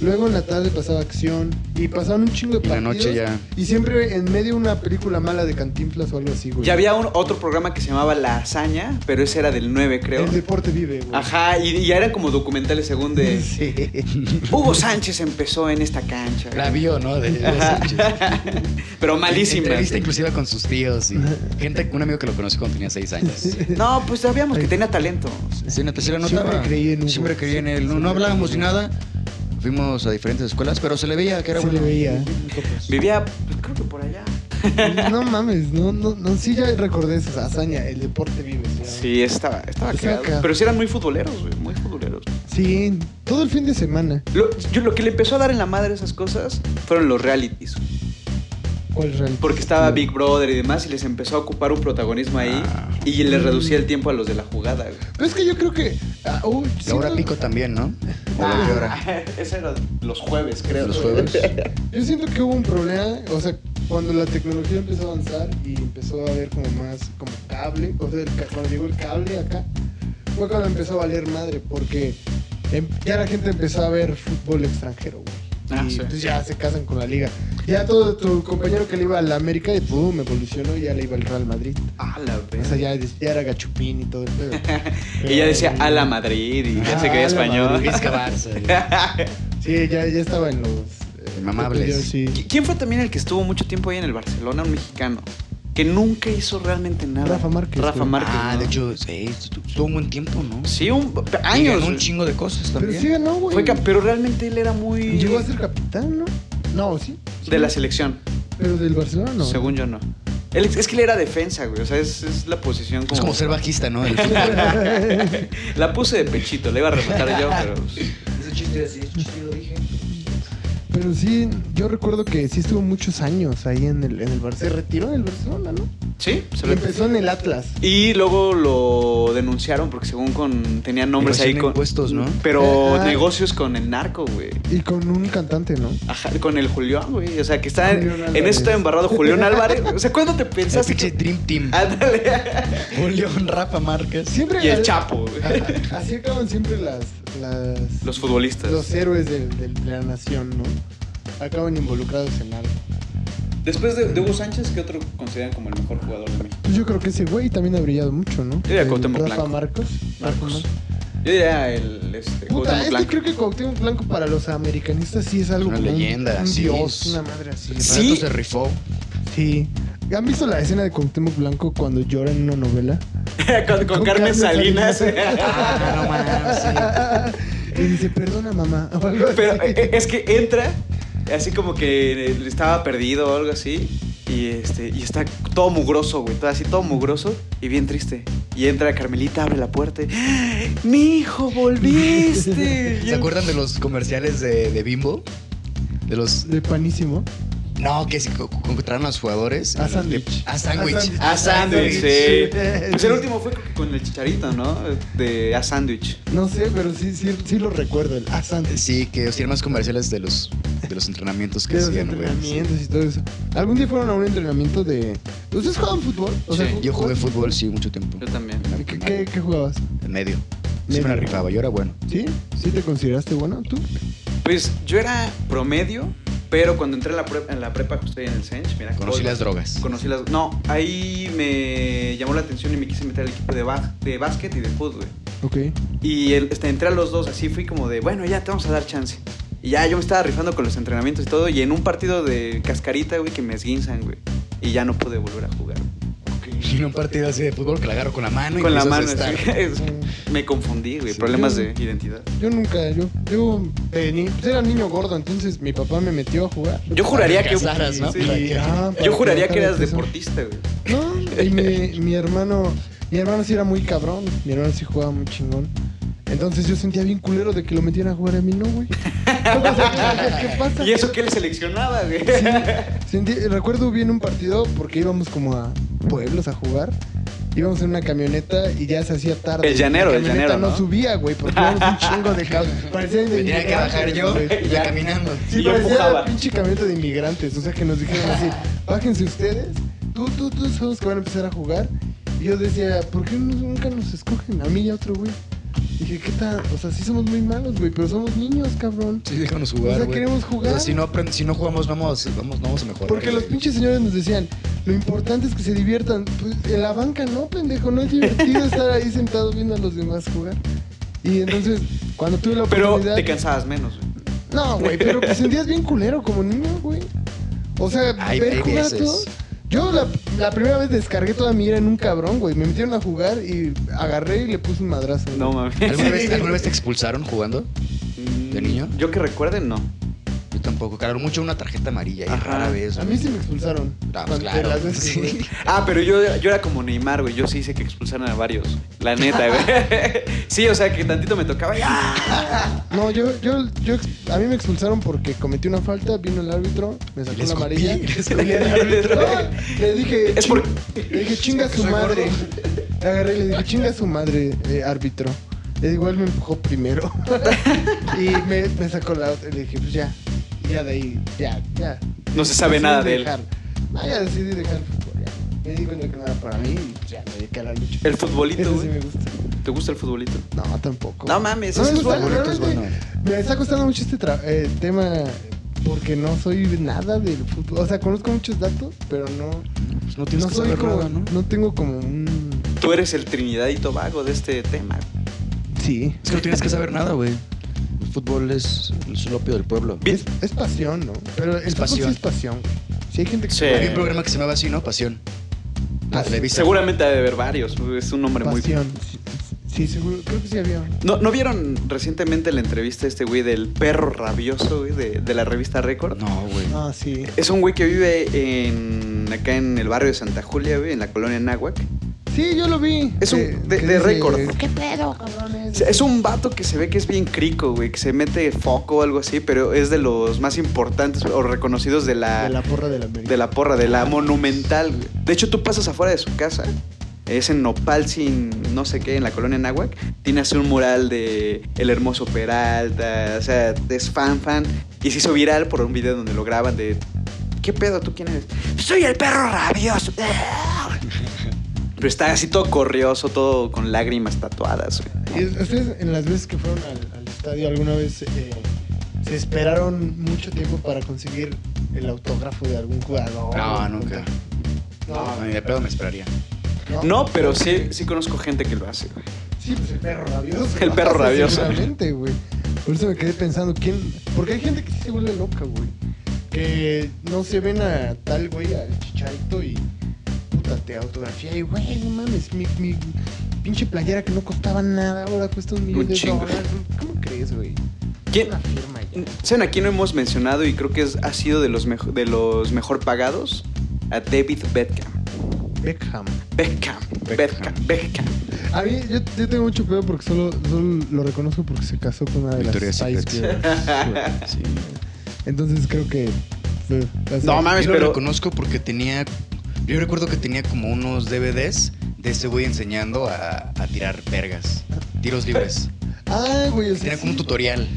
Speaker 4: Luego en la tarde pasaba acción. Y pasaban un chingo de
Speaker 3: Y la
Speaker 4: partidos.
Speaker 3: noche ya.
Speaker 4: Y siempre en medio una película mala de cantinflas o algo así, güey.
Speaker 2: Ya había un, otro programa que se llamaba La Hazaña, pero ese era del 9, creo.
Speaker 4: El deporte vive, güey.
Speaker 2: Ajá, y, y ya eran como documentales según de...
Speaker 4: Sí.
Speaker 2: Hugo Sánchez empezó en esta cancha.
Speaker 3: La vio, ¿no? De, de
Speaker 2: Ajá. pero malísima.
Speaker 3: Entrevista inclusive con sus tíos y gente, un amigo que lo conoció cuando tenía seis años.
Speaker 2: No, pues sabíamos que tenía talento.
Speaker 3: Sí, no te sí lo
Speaker 4: Siempre
Speaker 3: notaba.
Speaker 4: creí en Hugo.
Speaker 3: Siempre creí en él. No, no hablábamos ni nada. Fuimos a diferentes escuelas, pero se le veía que era
Speaker 4: Sí
Speaker 3: bueno.
Speaker 4: le veía.
Speaker 2: Vivía, pues, creo que por allá.
Speaker 4: No mames, no, no, no, sí ya recordé esa hazaña, el deporte vive. Sí.
Speaker 2: Sí, estaba, estaba
Speaker 4: Estaba
Speaker 2: cagado.
Speaker 4: cagado.
Speaker 2: Pero sí eran muy futboleros, güey, muy futboleros.
Speaker 4: Sí, todo el fin de semana.
Speaker 2: Lo, yo, lo que le empezó a dar en la madre a esas cosas fueron los realities.
Speaker 4: ¿Cuál reality?
Speaker 2: Porque estaba Big Brother y demás y les empezó a ocupar un protagonismo ahí
Speaker 4: Ah.
Speaker 2: y les reducía el tiempo a los de la jugada. güey.
Speaker 4: Pero es que yo creo que. ah, uy,
Speaker 3: Y ahora
Speaker 4: siento-
Speaker 3: pico también, ¿no? ¿O de qué hora?
Speaker 2: Ah. Ese era los jueves, creo.
Speaker 3: Los jueves.
Speaker 4: Yo siento que hubo un problema, o sea, cuando la tecnología empezó a avanzar y empezó a haber como más, como cable, o sea, el ca- cuando llegó el cable acá, fue cuando empezó a valer madre, porque em- ya la gente empezó a ver fútbol extranjero, güey.
Speaker 2: Ah,
Speaker 4: y
Speaker 2: sí.
Speaker 4: entonces ya se casan con la liga. Ya todo tu compañero que le iba a la América y pum, evolucionó y ya le iba al Real Madrid.
Speaker 2: A la
Speaker 4: O sea,
Speaker 2: vez.
Speaker 4: ya, ya era Gachupín y todo el pedo.
Speaker 2: Ella decía a la Madrid y ya
Speaker 4: Ah,
Speaker 2: se creía
Speaker 4: a la
Speaker 2: español.
Speaker 4: Madrid.
Speaker 3: Vizca Barça.
Speaker 4: Sí, ya, ya estaba en los... eh,
Speaker 3: Inmamables.
Speaker 4: Sí.
Speaker 2: ¿Qui- ¿Quién fue también el que estuvo mucho tiempo ahí en el Barcelona? Un mexicano. Que nunca hizo realmente nada.
Speaker 4: Rafa Márquez,
Speaker 2: Rafa
Speaker 4: güey.
Speaker 2: Márquez.
Speaker 3: Ah,
Speaker 2: ¿no?
Speaker 3: de hecho, sí, estu- estuvo un buen tiempo, ¿no?
Speaker 2: Sí, un,
Speaker 3: Y
Speaker 2: años.
Speaker 3: ganó un
Speaker 2: güey.
Speaker 3: chingo de cosas
Speaker 4: Pero
Speaker 3: también.
Speaker 4: sí ganó, güey.
Speaker 2: Fue cap- pero realmente él era muy.
Speaker 4: Llegó a ser capitán, ¿no? No, sí.
Speaker 2: De la selección,
Speaker 4: Pero del Barcelona no.
Speaker 2: según yo no. Él- es que él era defensa, güey. O sea, es, es la posición como.
Speaker 3: es como ser bajista, ¿no? El fútbol.
Speaker 2: La puse de pechito, la iba a rematar yo, pero. pues,
Speaker 3: Ese chiste así, ese chiste lo dije.
Speaker 4: Pero sí, yo recuerdo que sí estuvo muchos años ahí en el, en el Barcelona. Se retiró del Barcelona, ¿no?
Speaker 2: Sí, se
Speaker 4: Y
Speaker 2: lo-
Speaker 4: empezó en el Atlas.
Speaker 2: Y luego lo denunciaron porque según con tenían nombres ahí
Speaker 3: Evasión de
Speaker 2: con
Speaker 3: impuestos, ¿no?
Speaker 2: Pero
Speaker 4: Ah.
Speaker 2: negocios con el narco, güey.
Speaker 4: Y con un cantante, ¿no?
Speaker 2: Ajá, con el Julián, güey. O sea, que está en,
Speaker 4: Julián
Speaker 2: en eso está
Speaker 4: Álvarez.
Speaker 2: embarrado Julián Álvarez. O sea, ¿cuándo te
Speaker 3: Ese
Speaker 2: pensaste?
Speaker 3: pinche
Speaker 2: que-
Speaker 3: Dream Team.
Speaker 2: Ah, Ándale.
Speaker 3: Julián Rafa Márquez.
Speaker 4: Siempre.
Speaker 2: Y el Chapo, güey.
Speaker 4: Ajá, Así acaban siempre las. las
Speaker 2: Los futbolistas.
Speaker 4: los héroes del- del- de, la nación, ¿no? Acaban involucrados en algo.
Speaker 2: Después de, de Hugo Sánchez, ¿qué otro consideran como el mejor jugador de México?
Speaker 4: Pues yo creo que ese güey también ha brillado mucho, ¿no?
Speaker 2: Yo diría
Speaker 4: El
Speaker 2: Cuauhtémoc
Speaker 4: Rafa
Speaker 2: Blanco.
Speaker 4: Marcos.
Speaker 2: Marcos. Yo diría el este,
Speaker 4: Puta,
Speaker 2: Cuauhtémoc
Speaker 4: este
Speaker 2: Blanco.
Speaker 4: creo que Cuauhtémoc Blanco para los americanistas sí es algo
Speaker 3: Una
Speaker 4: como un-
Speaker 3: leyenda,
Speaker 4: un
Speaker 3: sí.
Speaker 4: dios, una madre así.
Speaker 3: El
Speaker 2: Sí.
Speaker 3: rato se rifó.
Speaker 4: Sí. ¿Han visto la escena de Cuauhtémoc Blanco cuando llora en una novela?
Speaker 2: con, con Carmen Salinas.
Speaker 4: Ah, no mames, sí. Y dice, perdona mamá. o algo así.
Speaker 2: Pero eh, eh, es que entra, así como que eh, estaba perdido o algo así. Y, este, y está todo mugroso, güey. Todo así, todo mugroso y bien triste. Y entra Carmelita, abre la puerta. y, ¡Ah! ¡Mi hijo, volviste! Y
Speaker 3: ¿Se
Speaker 2: él-
Speaker 3: acuerdan de los comerciales de, de Bimbo? De los.
Speaker 4: De panísimo.
Speaker 3: No, que se co- co- encontraron a los jugadores.
Speaker 4: A sándwich.
Speaker 3: A sándwich.
Speaker 2: A sándwich,
Speaker 4: sándwich.
Speaker 2: sí. Pues el último fue creo que con el chicharito, ¿no? De a sándwich.
Speaker 4: No sé, pero sí, sí, sí lo recuerdo. El ah, sándwich.
Speaker 3: Sí, que hacían más comerciales de los, de los entrenamientos que
Speaker 4: De los
Speaker 3: hacían, güey.
Speaker 4: entrenamientos y todo eso. ¿Algún día fueron a un entrenamiento de. pues, ¿Ustedes jugaban fútbol?
Speaker 2: Sí,
Speaker 4: ¿cu-
Speaker 3: Yo jugué
Speaker 4: cu-
Speaker 3: fútbol, sí, mucho tiempo.
Speaker 2: Yo también.
Speaker 4: ¿Qué, qué, qué jugabas?
Speaker 3: En medio. Sí me la
Speaker 4: Medio.
Speaker 3: rifaba, yo era bueno.
Speaker 4: ¿Sí? ¿Sí te consideraste bueno tú?
Speaker 2: Pues yo era promedio, pero cuando entré en la, pre- en la prepa, que estoy en el Sench, mira,
Speaker 3: Conocí
Speaker 2: voy-
Speaker 3: las drogas.
Speaker 2: Conocí las. No, ahí me llamó la atención y me quise meter al equipo de, bas- de básquet y de fútbol.
Speaker 4: Ok.
Speaker 2: Y el- este, entré a los dos, así fui como de, bueno, ya te vamos a dar chance. Y ya yo me estaba rifando con los entrenamientos y todo. Y en un partido de cascarita, güey, que me esguinzan, güey. Y ya no pude volver a jugar.
Speaker 3: Y en un partido así de fútbol que la agarro con la mano y
Speaker 2: con la
Speaker 3: empiezo a
Speaker 2: mano.
Speaker 3: estar.
Speaker 2: así, es- me confundí, güey.
Speaker 3: Sí.
Speaker 2: Problemas
Speaker 4: Yo-
Speaker 2: de identidad.
Speaker 4: Yo nunca, yo, yo de ni- pues era niño gordo, entonces mi papá me metió a jugar.
Speaker 2: Yo juraría que.
Speaker 3: casaras, ¿no?
Speaker 2: sí.
Speaker 4: Y, ah, para
Speaker 2: yo juraría que
Speaker 4: bajar de
Speaker 2: eras
Speaker 4: peso.
Speaker 2: deportista, güey.
Speaker 4: No, y mi, mi hermano, mi hermano sí era muy cabrón, mi hermano sí jugaba muy chingón. Entonces yo sentía bien culero de que lo metieran a jugar a mí, no, güey. O sea, ¿Qué pasa?
Speaker 2: Y eso que él seleccionaba, güey.
Speaker 4: Sentí- recuerdo bien un partido porque íbamos como a pueblos a jugar. Íbamos en una camioneta y ya se hacía tarde.
Speaker 2: El llanero,
Speaker 4: La
Speaker 2: el
Speaker 4: camioneta
Speaker 2: llanero,
Speaker 4: no
Speaker 2: ¿no?
Speaker 4: subía, güey, porque íbamos un chingo de caos. Parecía de
Speaker 3: Me tenía que bajar yo
Speaker 4: güey.
Speaker 3: y ya caminando.
Speaker 4: Sí,
Speaker 2: Y yo
Speaker 4: parecía
Speaker 2: empujaba.
Speaker 4: pinche camioneta de inmigrantes. O sea, que nos dijeron así, bájense ustedes, tú, tú, tú, son los que van a empezar a jugar. Y yo decía, ¿por qué no- nunca nos escogen? A mí y a otro güey. Dije, ¿qué tal? O sea, sí somos muy malos, güey, pero somos niños, cabrón.
Speaker 3: Sí, déjanos
Speaker 4: O
Speaker 3: jugar,
Speaker 4: sea,
Speaker 3: güey.
Speaker 4: queremos
Speaker 3: O sea,
Speaker 4: jugar.
Speaker 3: si no, aprend- si no jugamos, vamos, vamos, vamos a mejorar.
Speaker 4: Porque los pinches señores nos decían, lo importante es que se diviertan. Pues en la banca no, pendejo, no es divertido estar ahí sentado viendo a los demás jugar. Y entonces, cuando tuve la
Speaker 2: Pero
Speaker 4: oportunidad...
Speaker 2: te cansabas menos, güey.
Speaker 4: No, güey, pero te sentías bien culero como niño, güey. O sea,
Speaker 3: Ay,
Speaker 4: ver
Speaker 3: hay
Speaker 4: jugar a
Speaker 3: veces.
Speaker 4: todos. Yo la, la primera vez descargué toda mi ira en un cabrón, güey. Me metieron a jugar y agarré y le puse un madrazo. güey.
Speaker 2: No mames.
Speaker 3: ¿Alguna, vez, alguna vez te expulsaron jugando?
Speaker 2: Mm,
Speaker 3: ¿De niño?
Speaker 2: Yo que recuerden, no.
Speaker 3: Yo tampoco. Claro, mucho una tarjeta amarilla y
Speaker 2: Ajá.
Speaker 3: rara vez.
Speaker 4: A
Speaker 3: güey.
Speaker 4: mí sí me expulsaron.
Speaker 3: Ah, pues
Speaker 4: Cuando-
Speaker 3: claro.
Speaker 4: las veces que
Speaker 3: Sí.
Speaker 4: jugué.
Speaker 2: Ah, pero yo, yo era como Neymar, güey. Yo sí hice que expulsaran a varios. La neta, güey. Sí, o sea, que tantito me tocaba. y ¡ah!
Speaker 4: No, yo, yo, yo, ex- a mí me expulsaron porque cometí una falta, vino el árbitro, me
Speaker 3: Y le
Speaker 4: sacó la
Speaker 3: escupí,
Speaker 4: amarilla.
Speaker 3: le
Speaker 4: y
Speaker 3: escupí.
Speaker 4: el árbitro, no, le dije,
Speaker 2: Es por-
Speaker 4: le dije, chinga su
Speaker 3: soy
Speaker 4: madre. Agarré y le dije, chinga su madre, eh, árbitro. Le digo, él me empujó primero. y me, me sacó la otra. y Le dije, pues ya, y ya de ahí, ya, ya.
Speaker 2: No se sabe nada de él.
Speaker 4: dejar. No, ya decidí dejar el fútbol. ya. Me di cuenta que no era para mí y pues ya me dediqué al árbitro.
Speaker 2: El futbolito,
Speaker 4: Ese sí
Speaker 2: güey.
Speaker 4: me gusta.
Speaker 2: ¿Te gusta el futbolito?
Speaker 4: No, tampoco.
Speaker 2: No mames,
Speaker 4: No,
Speaker 2: eso
Speaker 4: me
Speaker 2: es
Speaker 4: gusta,
Speaker 2: bueno.
Speaker 3: futbolito es
Speaker 4: realmente Me está costando mucho este tra- eh, tema porque no soy nada del fútbol. O sea, conozco muchos datos, pero no,
Speaker 3: Pues no tienes
Speaker 4: no
Speaker 3: que
Speaker 4: soy
Speaker 3: saber
Speaker 4: como,
Speaker 3: nada, ¿no?
Speaker 4: ¿no? tengo como un...
Speaker 2: Tú eres el trinidadito vago de este tema.
Speaker 4: Sí.
Speaker 3: Es que no tienes que saber nada, güey. El fútbol es el opio del pueblo.
Speaker 2: Vi-
Speaker 4: Es, es pasión, ¿no? Pero el
Speaker 3: Es
Speaker 4: fútbol sí
Speaker 3: pasión.
Speaker 4: es pasión. güey. Sí hay gente que...
Speaker 2: Sí.
Speaker 3: Había un programa que se llamaba así, ¿no? Pasión. La
Speaker 4: Ah, sí.
Speaker 3: Televisa.
Speaker 2: Seguramente ha de haber varios. Es un hombre muy...
Speaker 4: Pasión. Sí, sí, seguro. Creo que sí había. uno.
Speaker 2: ¿No, ¿No vieron recientemente la entrevista de este güey del perro rabioso, güey, de, de la revista Record?
Speaker 3: No, güey.
Speaker 4: Ah, sí.
Speaker 2: Es un güey que vive en, acá en el barrio de Santa Julia, güey, en la colonia Náhuac.
Speaker 4: Sí, yo lo vi.
Speaker 2: Es un-
Speaker 4: Que-
Speaker 2: de-
Speaker 4: que
Speaker 2: de
Speaker 4: dice,
Speaker 2: récord.
Speaker 4: ¿Qué pedo, cabrones?
Speaker 2: Es un vato que se ve que es bien crico, güey, que se mete foco o algo así, pero es de los más importantes o reconocidos de la,
Speaker 4: Ah, De la porra de la América.
Speaker 2: de la porra, de la monumental, güey. De hecho, tú pasas afuera de su casa, es en Nopal, sin no sé qué, en la colonia Náhuac, tiene así un mural de El Hermoso Peralta, o sea, es fan, fan, y se hizo viral por un video donde lo graban de... ¿Qué pedo? ¿Tú quién eres? Soy el perro rabioso. Pero está así todo corrioso, todo con lágrimas tatuadas. güey.
Speaker 4: ¿Y ¿Ustedes en las veces que fueron al, al estadio alguna vez eh, se esperaron mucho tiempo para conseguir el autógrafo de algún jugador?
Speaker 3: No, nunca.
Speaker 4: No,
Speaker 3: No, ni de pedo me esperaría.
Speaker 2: No, pero sí, sí conozco gente que lo hace, güey.
Speaker 4: Sí, pues el perro rabioso.
Speaker 2: El
Speaker 4: lo
Speaker 2: perro
Speaker 4: hace
Speaker 2: rabioso.
Speaker 4: Seguramente, güey. Por eso me quedé pensando, ¿quién? Porque hay gente que sí se vuelve loca, güey. Que no se ven a tal güey, al chicharito y. Puta, te autografía y, güey, no mames, mi, mi pinche playera que no costaba nada, ahora cuesta un millón de
Speaker 2: chingo.
Speaker 4: dólares. ¿Cómo crees, güey?
Speaker 2: ¿Quién,
Speaker 4: Una firma ya.
Speaker 2: ¿Saben a quién no hemos mencionado y creo que es- ha sido de los, mejo- de los mejor pagados? A David Beckham.
Speaker 4: Beckham.
Speaker 2: Beckham. Beckham.
Speaker 3: Beckham.
Speaker 2: Beckham.
Speaker 4: A mí, yo, yo tengo mucho pedo porque solo, solo lo reconozco porque se casó con una de
Speaker 3: Victoria's
Speaker 4: las Spice
Speaker 3: Secret.
Speaker 4: Girls, güey.
Speaker 3: Sí.
Speaker 4: Entonces creo que... pues, ah, fue- hace-
Speaker 2: No mames,
Speaker 3: Yo lo
Speaker 2: pero.
Speaker 3: reconozco porque tenía. Yo recuerdo que tenía como unos DVDs de ese güey enseñando a, a tirar vergas. Tiros libres.
Speaker 4: Ah, güey, o sea,
Speaker 3: Tenía como
Speaker 4: sí.
Speaker 3: un tutorial.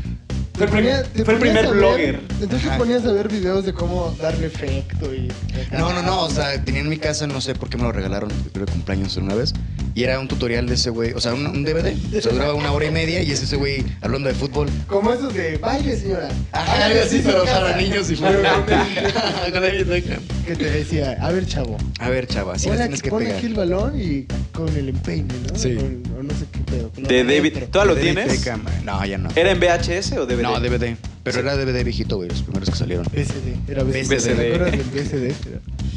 Speaker 2: Fue el
Speaker 4: ponía-
Speaker 2: primer-
Speaker 4: te
Speaker 2: fue el
Speaker 4: ponías
Speaker 2: primer
Speaker 4: a ver-
Speaker 2: blogger.
Speaker 4: Entonces te
Speaker 3: Ajá.
Speaker 4: ponías a ver videos de cómo darle efecto y...
Speaker 3: No, no, no, o sea, tenía en mi casa, no sé por qué me lo regalaron, creo que cumpleaños una vez, y era un tutorial de ese güey, o sea, un, un DVD, o sea, duraba una hora y media y es ese güey hablando de fútbol.
Speaker 4: Como esos de baile, señora. Ah,
Speaker 3: Ajá, algo así, pero para niños y
Speaker 4: Pero con
Speaker 3: fútbol.
Speaker 4: Que te decía, a ver, chavo,
Speaker 3: A ver, chava, si
Speaker 4: pon,
Speaker 3: las
Speaker 4: aquí,
Speaker 3: tienes que
Speaker 4: pon
Speaker 3: pegar.
Speaker 4: aquí el balón y con el empeine, ¿no?
Speaker 3: Sí.
Speaker 4: Con- o no sé qué pedo. con la
Speaker 2: De
Speaker 4: otra
Speaker 2: Eh, David.
Speaker 4: dentro.
Speaker 2: ¿Todavía lo
Speaker 3: DVD,
Speaker 2: tienes? Eh,
Speaker 3: Beckham, No, ya no.
Speaker 2: ¿Era en VHS o DVD?
Speaker 3: No, DVD, pero era DVD viejito, güey, los primeros que salieron.
Speaker 4: BCD, era BCD.
Speaker 3: BCD.
Speaker 4: ¿Te acuerdas del BCD?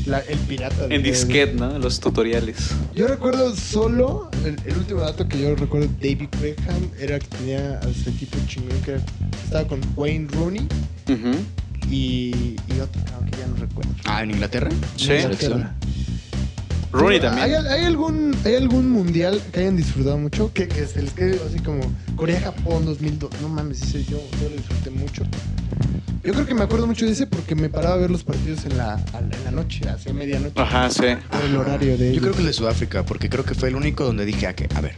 Speaker 4: La- el pirata. de-
Speaker 2: En disquete, ¿no? Los tutoriales.
Speaker 4: Yo recuerdo solo, el, el último dato que yo recuerdo de David Beckham era que tenía a ese tipo chingón que era- estaba con Wayne Rooney
Speaker 2: Ujú.
Speaker 4: y, y otro cabrón que ya no recuerdo.
Speaker 3: Ah, en Inglaterra.
Speaker 2: Sí.
Speaker 3: La selección.
Speaker 2: Rooney
Speaker 4: ¿Hay,
Speaker 2: también.
Speaker 4: hay algún, ¿Hay algún mundial que hayan disfrutado mucho? Que, que se les quede así como Corea-Japón 2002. No mames, ese yo, yo lo disfruté mucho. Yo creo que me acuerdo mucho de ese porque me paraba a ver los partidos en la, a la- en la noche, hacia medianoche.
Speaker 2: Ajá, sí.
Speaker 4: Por el horario de
Speaker 3: Yo
Speaker 4: ellos.
Speaker 3: creo que el de Sudáfrica, porque creo que fue el único donde dije, ah, que, a ver,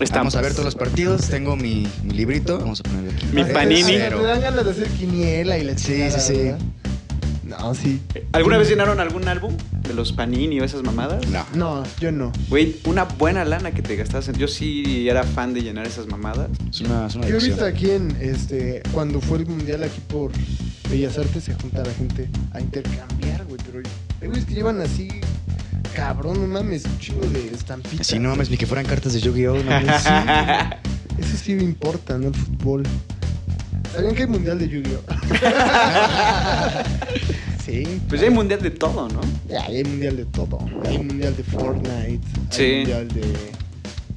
Speaker 2: Estamos.
Speaker 3: vamos a ver todos los partidos, tengo mi, mi librito, vamos a ponerlo aquí.
Speaker 2: Mi
Speaker 4: Hasta-
Speaker 2: panini.
Speaker 4: hasta Ah, Te dan ganas de hacer quiniela y la
Speaker 3: Sí,
Speaker 4: chingada,
Speaker 3: sí, sí.
Speaker 4: ¿verdad? No, sí.
Speaker 2: ¿Alguna vez llenaron algún álbum de los Panini o esas mamadas?
Speaker 3: No.
Speaker 4: No, yo no.
Speaker 2: Güey, una buena lana que te gastas. Yo sí era fan de llenar esas mamadas.
Speaker 3: Es una, es una
Speaker 4: Yo he visto
Speaker 3: adicción.
Speaker 4: aquí en, este, cuando fue el mundial aquí por Bellas Artes, se junta la gente a intercambiar, güey, pero hay güeyes que llevan así, cabrón, no mames, un chingo de estampitas.
Speaker 3: Si no mames, ni que fueran cartas de Yu-Gi-Oh! no mames.
Speaker 4: Sí, eso sí me importa, ¿no? El fútbol. ¿Sabían que hay mundial de Yu-Gi-Oh? sí.
Speaker 2: Pues ya hay mundial de todo, ¿no?
Speaker 4: Ya, hay mundial de todo. Hay mundial de Fortnite.
Speaker 2: Sí.
Speaker 4: Hay mundial de.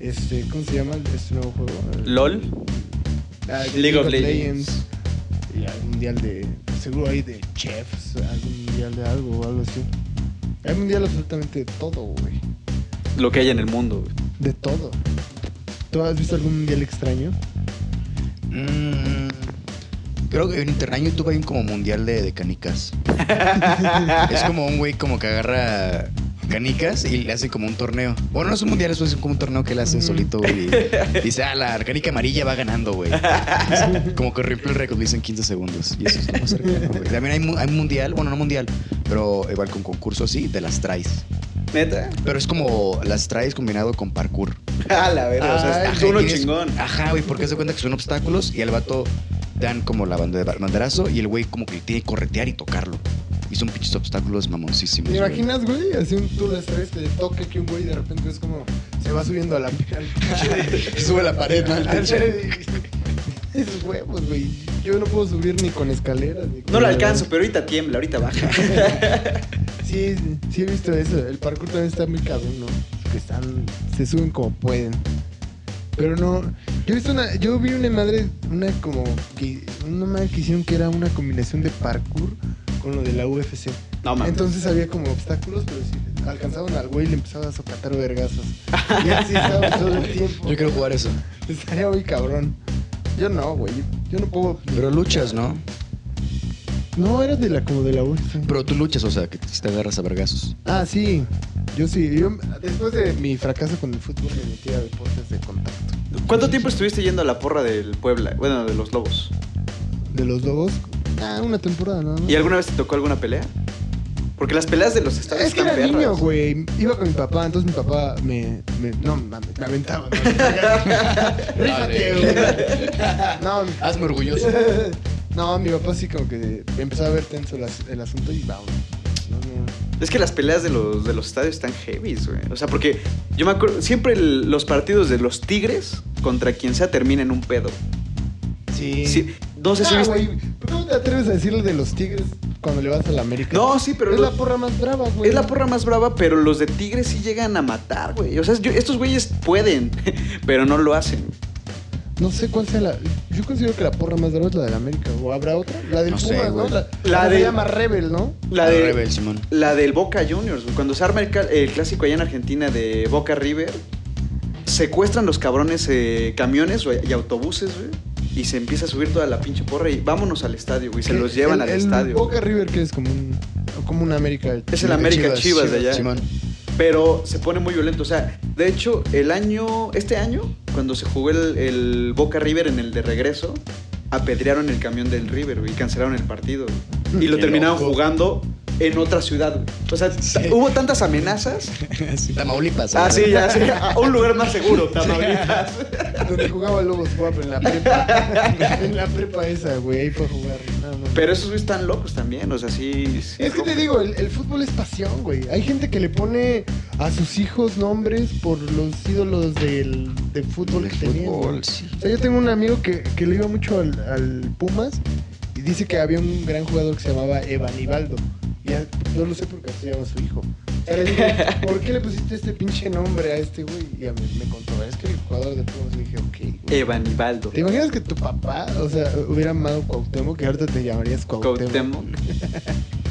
Speaker 4: Este, ¿Cómo se llama este nuevo juego?
Speaker 2: LOL.
Speaker 4: Ah,
Speaker 2: League of Legends.
Speaker 4: Y algún mundial de. Seguro hay de chefs, algún mundial de algo o algo así. Hay mundial absolutamente de todo, güey.
Speaker 2: Lo que hay en el mundo. güey.
Speaker 4: De todo. ¿Tú has visto algún mundial extraño?
Speaker 3: Mm, creo que en internet en YouTube hay un como mundial de, de canicas. es como un güey como que agarra canicas y le hace como un torneo. Bueno, no es un mundial, eso es como un torneo que él hace
Speaker 4: Mm.
Speaker 3: solito, güey. y Dice, ah, la canica amarilla va ganando, güey. como que rompió el récord, lo hizo en 15 segundos. Y eso es lo más cercano, güey. También hay, mu- hay mundial, bueno, no mundial, pero igual con concurso así, de las traes.
Speaker 2: ¿Neta?
Speaker 3: Pero es como las traes combinado con parkour.
Speaker 2: A la verga, o sea,
Speaker 3: Ay,
Speaker 2: es
Speaker 3: güey,
Speaker 2: uno
Speaker 3: tienes-
Speaker 2: chingón.
Speaker 3: Ajá, Ah, güey, porque se cuenta que son obstáculos y al vato dan como la banda de banderazo y el güey como que tiene que corretear y tocarlo. Y son pinches obstáculos mamoncísimos.
Speaker 4: ¿Te
Speaker 3: güey.
Speaker 4: imaginas, güey? Así un tour de estrés que le toque que un güey de repente es como. Se va subiendo a la.
Speaker 3: Sube la pared, ¿no? Al
Speaker 4: Ah,
Speaker 3: techo.
Speaker 4: Esos huevos, güey. Yo no puedo subir ni con escaleras. Ni con
Speaker 2: No lo alcanzo, pero ahorita tiembla, ahorita baja.
Speaker 4: Sí, sí he visto eso. El parkour también está muy cabrón, ¿no? Que están, se suben como pueden. Pero no, yo he visto una, yo vi una madre, una como que, una madre que hicieron que era una combinación de parkour con lo de la UFC.
Speaker 2: No mames.
Speaker 4: Entonces había como obstáculos, pero si alcanzaban al güey le empezaban a socatar vergazos. Y así estaba todo el tiempo.
Speaker 3: Yo quiero jugar eso.
Speaker 4: Estaría muy cabrón. Yo no, güey. Yo no puedo.
Speaker 3: Pero luchas, ¿no?
Speaker 4: No, era de la como de la UFC.
Speaker 3: Pero tú luchas, o sea, que si te agarras a vergazos.
Speaker 4: Ah, sí. Yo sí. Yo, después de mi fracaso con el fútbol, me metí a deportes de contacto.
Speaker 2: ¿Cuánto tiempo estuviste yendo a la porra del Puebla? Bueno, de los Lobos.
Speaker 4: ¿De los lobos? Ah, una temporada nada más.
Speaker 2: ¿Y alguna vez te tocó alguna pelea? Porque las peleas de los estados
Speaker 4: es que era
Speaker 2: están perras.
Speaker 4: niño, güey. Iba con mi papá, entonces mi papá me. me- no, mames, me aventaba. ¿no? Rífate, güey. No, mi-
Speaker 3: Hazme orgulloso.
Speaker 4: no, mi papá sí como que empezó a ver tenso el as- el asunto y vamos. No, no.
Speaker 2: Es que las peleas de los, de los estadios están heavy, güey. O sea, porque yo me acuerdo, siempre el- los partidos de los Tigres contra quien sea terminan en un pedo.
Speaker 4: Sí.
Speaker 2: Sí, no sé si
Speaker 4: Ah,
Speaker 2: viste-
Speaker 4: güey, ¿Cómo te atreves a decirle de los tigres cuando le vas a la América?
Speaker 2: No, sí, pero
Speaker 4: Es
Speaker 2: lo-
Speaker 4: la porra más brava, güey.
Speaker 2: Es la porra más brava, pero los de Tigres sí llegan a matar, güey. O sea, yo- estos güeyes pueden, pero no lo hacen.
Speaker 4: No sé cuál sea la. Yo considero que la porra más brava es la del América. ¿O habrá otra? La del
Speaker 3: No sé,
Speaker 4: Pumas, ¿no?
Speaker 3: güey.
Speaker 4: La,
Speaker 2: La
Speaker 4: la
Speaker 2: del-
Speaker 4: se llama Rebel, ¿no?
Speaker 2: La de
Speaker 3: Rebel, Simón.
Speaker 2: La del Boca Juniors, güey. cuando se arma el, ca- el clásico allá en Argentina de Boca River, secuestran los cabrones eh, camiones güey, y autobuses, güey, y se empieza a subir toda la pinche porra y vámonos al estadio, güey, se los llevan
Speaker 4: El-
Speaker 2: al
Speaker 4: el
Speaker 2: estadio.
Speaker 4: Boca
Speaker 2: güey.
Speaker 4: River, que es como un. Como un América.
Speaker 2: Es el América Chivas, de allá.
Speaker 3: Simón.
Speaker 2: Pero se pone muy violento, o sea, de hecho, el año, este año, cuando se jugó el, el Boca River en el de regreso, apedrearon el camión del River, güey, y cancelaron el partido, güey. Y lo
Speaker 3: Qué
Speaker 2: terminaron
Speaker 3: loco.
Speaker 2: jugando en otra ciudad, güey. O sea, t-
Speaker 3: Sí.
Speaker 2: hubo tantas amenazas
Speaker 3: Sí, Tamaulipas.
Speaker 2: Ah,
Speaker 3: ¿no?
Speaker 2: sí, ya, sí. A un lugar más seguro, Tamaulipas.
Speaker 4: Donde jugaba Lobos Guap en la prepa. en la prepa esa, güey. Ahí fue a jugar. No, no, no.
Speaker 2: Pero esos güeyes están locos también, o sea, sí. sí
Speaker 4: Es que te digo, el, el fútbol es pasión, güey. Hay gente que le pone a sus hijos nombres por los ídolos del, de fútbol
Speaker 3: El
Speaker 4: que tenían. güey.
Speaker 3: fútbol, sí.
Speaker 4: O sea, yo tengo un amigo que, que le iba mucho al, al Pumas y dice que había un gran jugador que se llamaba Evanibaldo. Y Ya, no lo sé porque así se llama su hijo. O sea, le dije, ¿por qué le pusiste este pinche nombre a este güey? Y ya me, me contó, es que el jugador de Pumas le dije, ok. güey.
Speaker 2: Evanibaldo.
Speaker 4: ¿Te imaginas que tu papá, o sea, hubiera amado Cuauhtémoc que ahorita te llamarías Cuauhtémoc?
Speaker 2: Cuauhtémoc.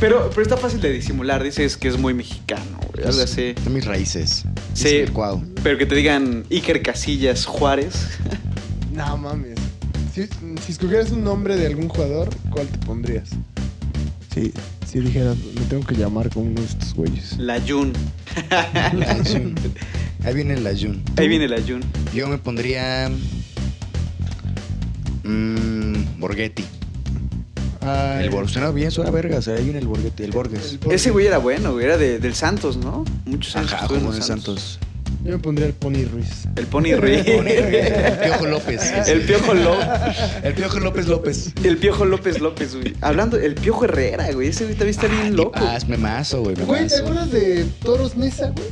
Speaker 2: Pero, pero está fácil de disimular, dices que es muy mexicano, güey, algo así.
Speaker 3: Son mis raíces.
Speaker 2: Sí.
Speaker 3: Es el cuau.
Speaker 2: Pero que te digan Iker Casillas Juárez.
Speaker 4: No mames. Si, si escogieras un nombre de algún jugador, ¿cuál te pondrías? Sí, si dijeras, me tengo que llamar con uno de estos güeyes.
Speaker 2: La Jun.
Speaker 3: La Jun. Ahí viene la Jun.
Speaker 2: Ahí viene la Jun.
Speaker 3: Yo me pondría. Mmm. Borghetti. El Borges. Suena bien, suena verga. O sea, ahí viene el Borghetti. El Borges.
Speaker 2: Ese güey era bueno, güey, era de, del Santos, ¿no? Muchos años.
Speaker 3: Ajá,
Speaker 2: estuvo en
Speaker 3: como
Speaker 2: los
Speaker 3: de Santos.
Speaker 4: Yo me pondría el Pony Ruiz.
Speaker 2: El Pony Ruiz.
Speaker 3: El Piojo López.
Speaker 2: El Piojo López.
Speaker 3: El Piojo López López.
Speaker 2: El Piojo López López, güey. Hablando, el Piojo Herrera, güey. Ese güey también está bien loco.
Speaker 3: Ah, me mazo, güey. Me
Speaker 4: Güey, ¿te
Speaker 3: mazo.
Speaker 4: acuerdas de Toros Nesa, güey?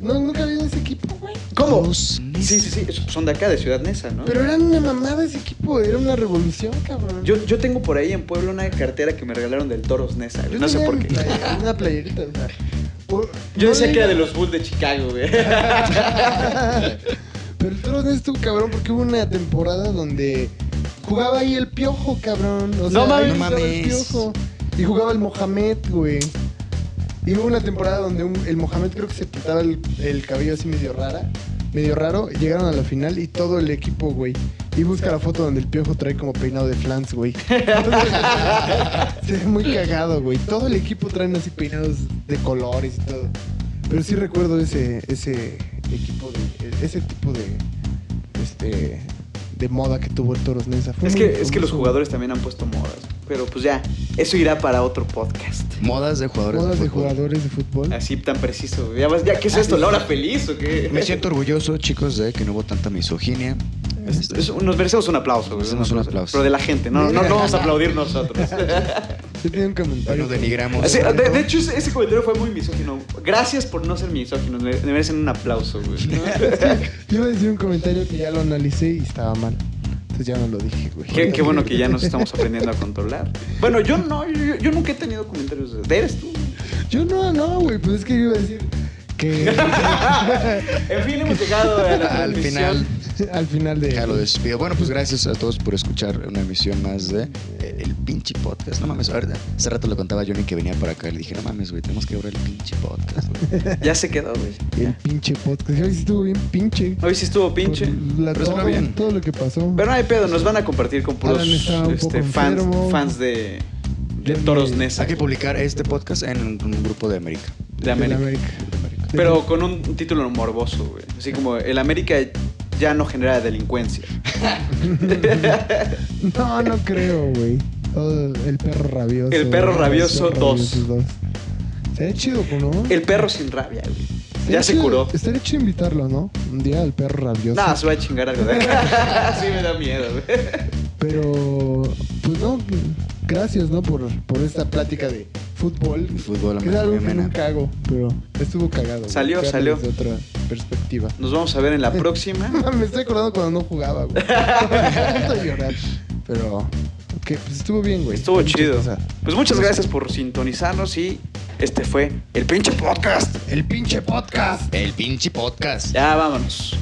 Speaker 4: No, nunca había ese equipo, güey.
Speaker 2: ¿Cómo?
Speaker 3: Los
Speaker 2: Sí, sí, sí. Son de acá, de Ciudad Neza, ¿no?
Speaker 4: Pero eran una mamada ese equipo, era una revolución, cabrón.
Speaker 2: Yo, yo tengo por ahí en Pueblo una cartera que me regalaron del Toros Nesa, güey.
Speaker 4: Yo
Speaker 2: No sé
Speaker 4: tenía
Speaker 2: por
Speaker 4: mi
Speaker 2: qué.
Speaker 4: player- Una playerita, o sea. por-
Speaker 2: Yo
Speaker 4: no
Speaker 2: decía
Speaker 4: le
Speaker 2: que era
Speaker 4: iba-
Speaker 2: de los Bulls de Chicago, güey.
Speaker 4: Pero el Toros Nesa estuvo cabrón porque hubo una temporada donde Jugaba ahí el piojo, cabrón. O
Speaker 2: No
Speaker 4: sea, ahí
Speaker 2: mames.
Speaker 4: jugaba el
Speaker 3: No mames.
Speaker 4: piojo. Y jugaba el Mohamed, güey. Y hubo una temporada donde un- el Mohamed creo que se pintaba el, el cabello así medio rara. Medio raro. Llegaron a la final y todo el equipo, güey. Y busca la foto donde el piojo trae como peinado de flans, güey. Se ve muy cagado, güey. Todo el equipo traen así peinados de colores y todo. Pero sí recuerdo ese, ese equipo de. ese tipo de. Este. de moda que tuvo el Toros Nesa. Fue
Speaker 2: Es
Speaker 4: muy
Speaker 2: que, es que los
Speaker 4: famoso.
Speaker 2: jugadores también han puesto modas. Pero pues ya, eso irá para otro podcast.
Speaker 3: Modas de jugadores.
Speaker 4: Modas de
Speaker 3: fútbol.
Speaker 4: jugadores de fútbol.
Speaker 2: Así tan preciso. Ya, vas- ya ¿qué es esto? ¿La hora feliz o qué?
Speaker 3: Me siento orgulloso, chicos, de que no hubo tanta misoginia.
Speaker 2: Es- es- nos merecemos un aplauso. güey,
Speaker 3: Merecemos un aplauso.
Speaker 2: Pero de la gente, no, no, no vamos a aplaudir nosotros.
Speaker 4: Sí, tiene un comentario.
Speaker 3: No denigramos.
Speaker 2: Sí, de, de hecho, ese, ese comentario fue muy misógino. Gracias por no ser misóginos. Me, me merecen un aplauso, güey.
Speaker 4: Yo iba a decir un comentario que ya lo analicé y estaba mal. Entonces ya no lo dije, güey.
Speaker 2: Qué, qué bueno que ya nos estamos aprendiendo a controlar. Bueno, yo no, yo, yo nunca he tenido comentarios de. de ¿Eres tú?
Speaker 4: Yo no, no, güey. Pues es que yo iba a decir que.
Speaker 2: En fin, hemos llegado a la
Speaker 3: Al
Speaker 2: transmisión.
Speaker 3: final,
Speaker 4: al final de.
Speaker 3: ya lo despido. Bueno, pues gracias a todos por escuchar una emisión más de eh, El Pinche Podcast. No mames, ahorita, hace rato le contaba a Johnny que venía para acá. Le dije, no mames, güey, tenemos que abrir el Pinche Podcast. güey".
Speaker 2: Ya se quedó, güey.
Speaker 4: El pinche podcast. Hoy sí estuvo bien pinche.
Speaker 2: Hoy sí estuvo pinche.
Speaker 4: Por Pues, la-
Speaker 3: Pero suena
Speaker 4: todo,
Speaker 3: bien.
Speaker 4: todo lo que pasó.
Speaker 2: Pero no hay pedo, nos van a compartir con puros
Speaker 4: Alan estaba un
Speaker 2: este,
Speaker 4: poco
Speaker 2: fans,
Speaker 4: enfermo.
Speaker 2: fans de, de
Speaker 4: Yo ni-
Speaker 2: Toros Nesa.
Speaker 3: Hay que publicar este podcast en un, un grupo de América.
Speaker 2: De
Speaker 4: De la
Speaker 2: América.
Speaker 4: América.
Speaker 2: Pero con un título morboso, güey. Así como el América ya no genera delincuencia.
Speaker 4: No, no creo, güey. Todo el perro rabioso.
Speaker 2: El perro rabioso dos.
Speaker 4: rabioso dos. Sería chido, ¿no?
Speaker 2: El perro sin rabia, güey.
Speaker 4: Estaría
Speaker 2: Ya se
Speaker 4: chido-
Speaker 2: curó.
Speaker 4: Estaría chido invitarlo, ¿no? Un día al perro rabioso.
Speaker 2: Nada, se va a chingar algo de acá. sí me da miedo, güey.
Speaker 4: Pero, pues no, gracias, ¿no? Por, por esta plática de fútbol.
Speaker 3: Fútbol
Speaker 4: Que es algo que
Speaker 3: amena.
Speaker 4: nunca hago, pero estuvo cagado. güey.
Speaker 2: Salió,
Speaker 4: Verlo
Speaker 2: salió.
Speaker 4: Desde otra perspectiva.
Speaker 2: Nos vamos a ver en la próxima.
Speaker 4: Me estoy acordando cuando no jugaba, güey. Estoy llorando. Pero, ok, pues estuvo bien, güey.
Speaker 2: Estuvo
Speaker 4: Muchas
Speaker 2: chido.
Speaker 4: cosas.
Speaker 2: Pues muchas gracias por sintonizarnos y este fue el pinche podcast.
Speaker 1: El pinche podcast.
Speaker 3: El Pinche Podcast.
Speaker 2: Ya vámonos.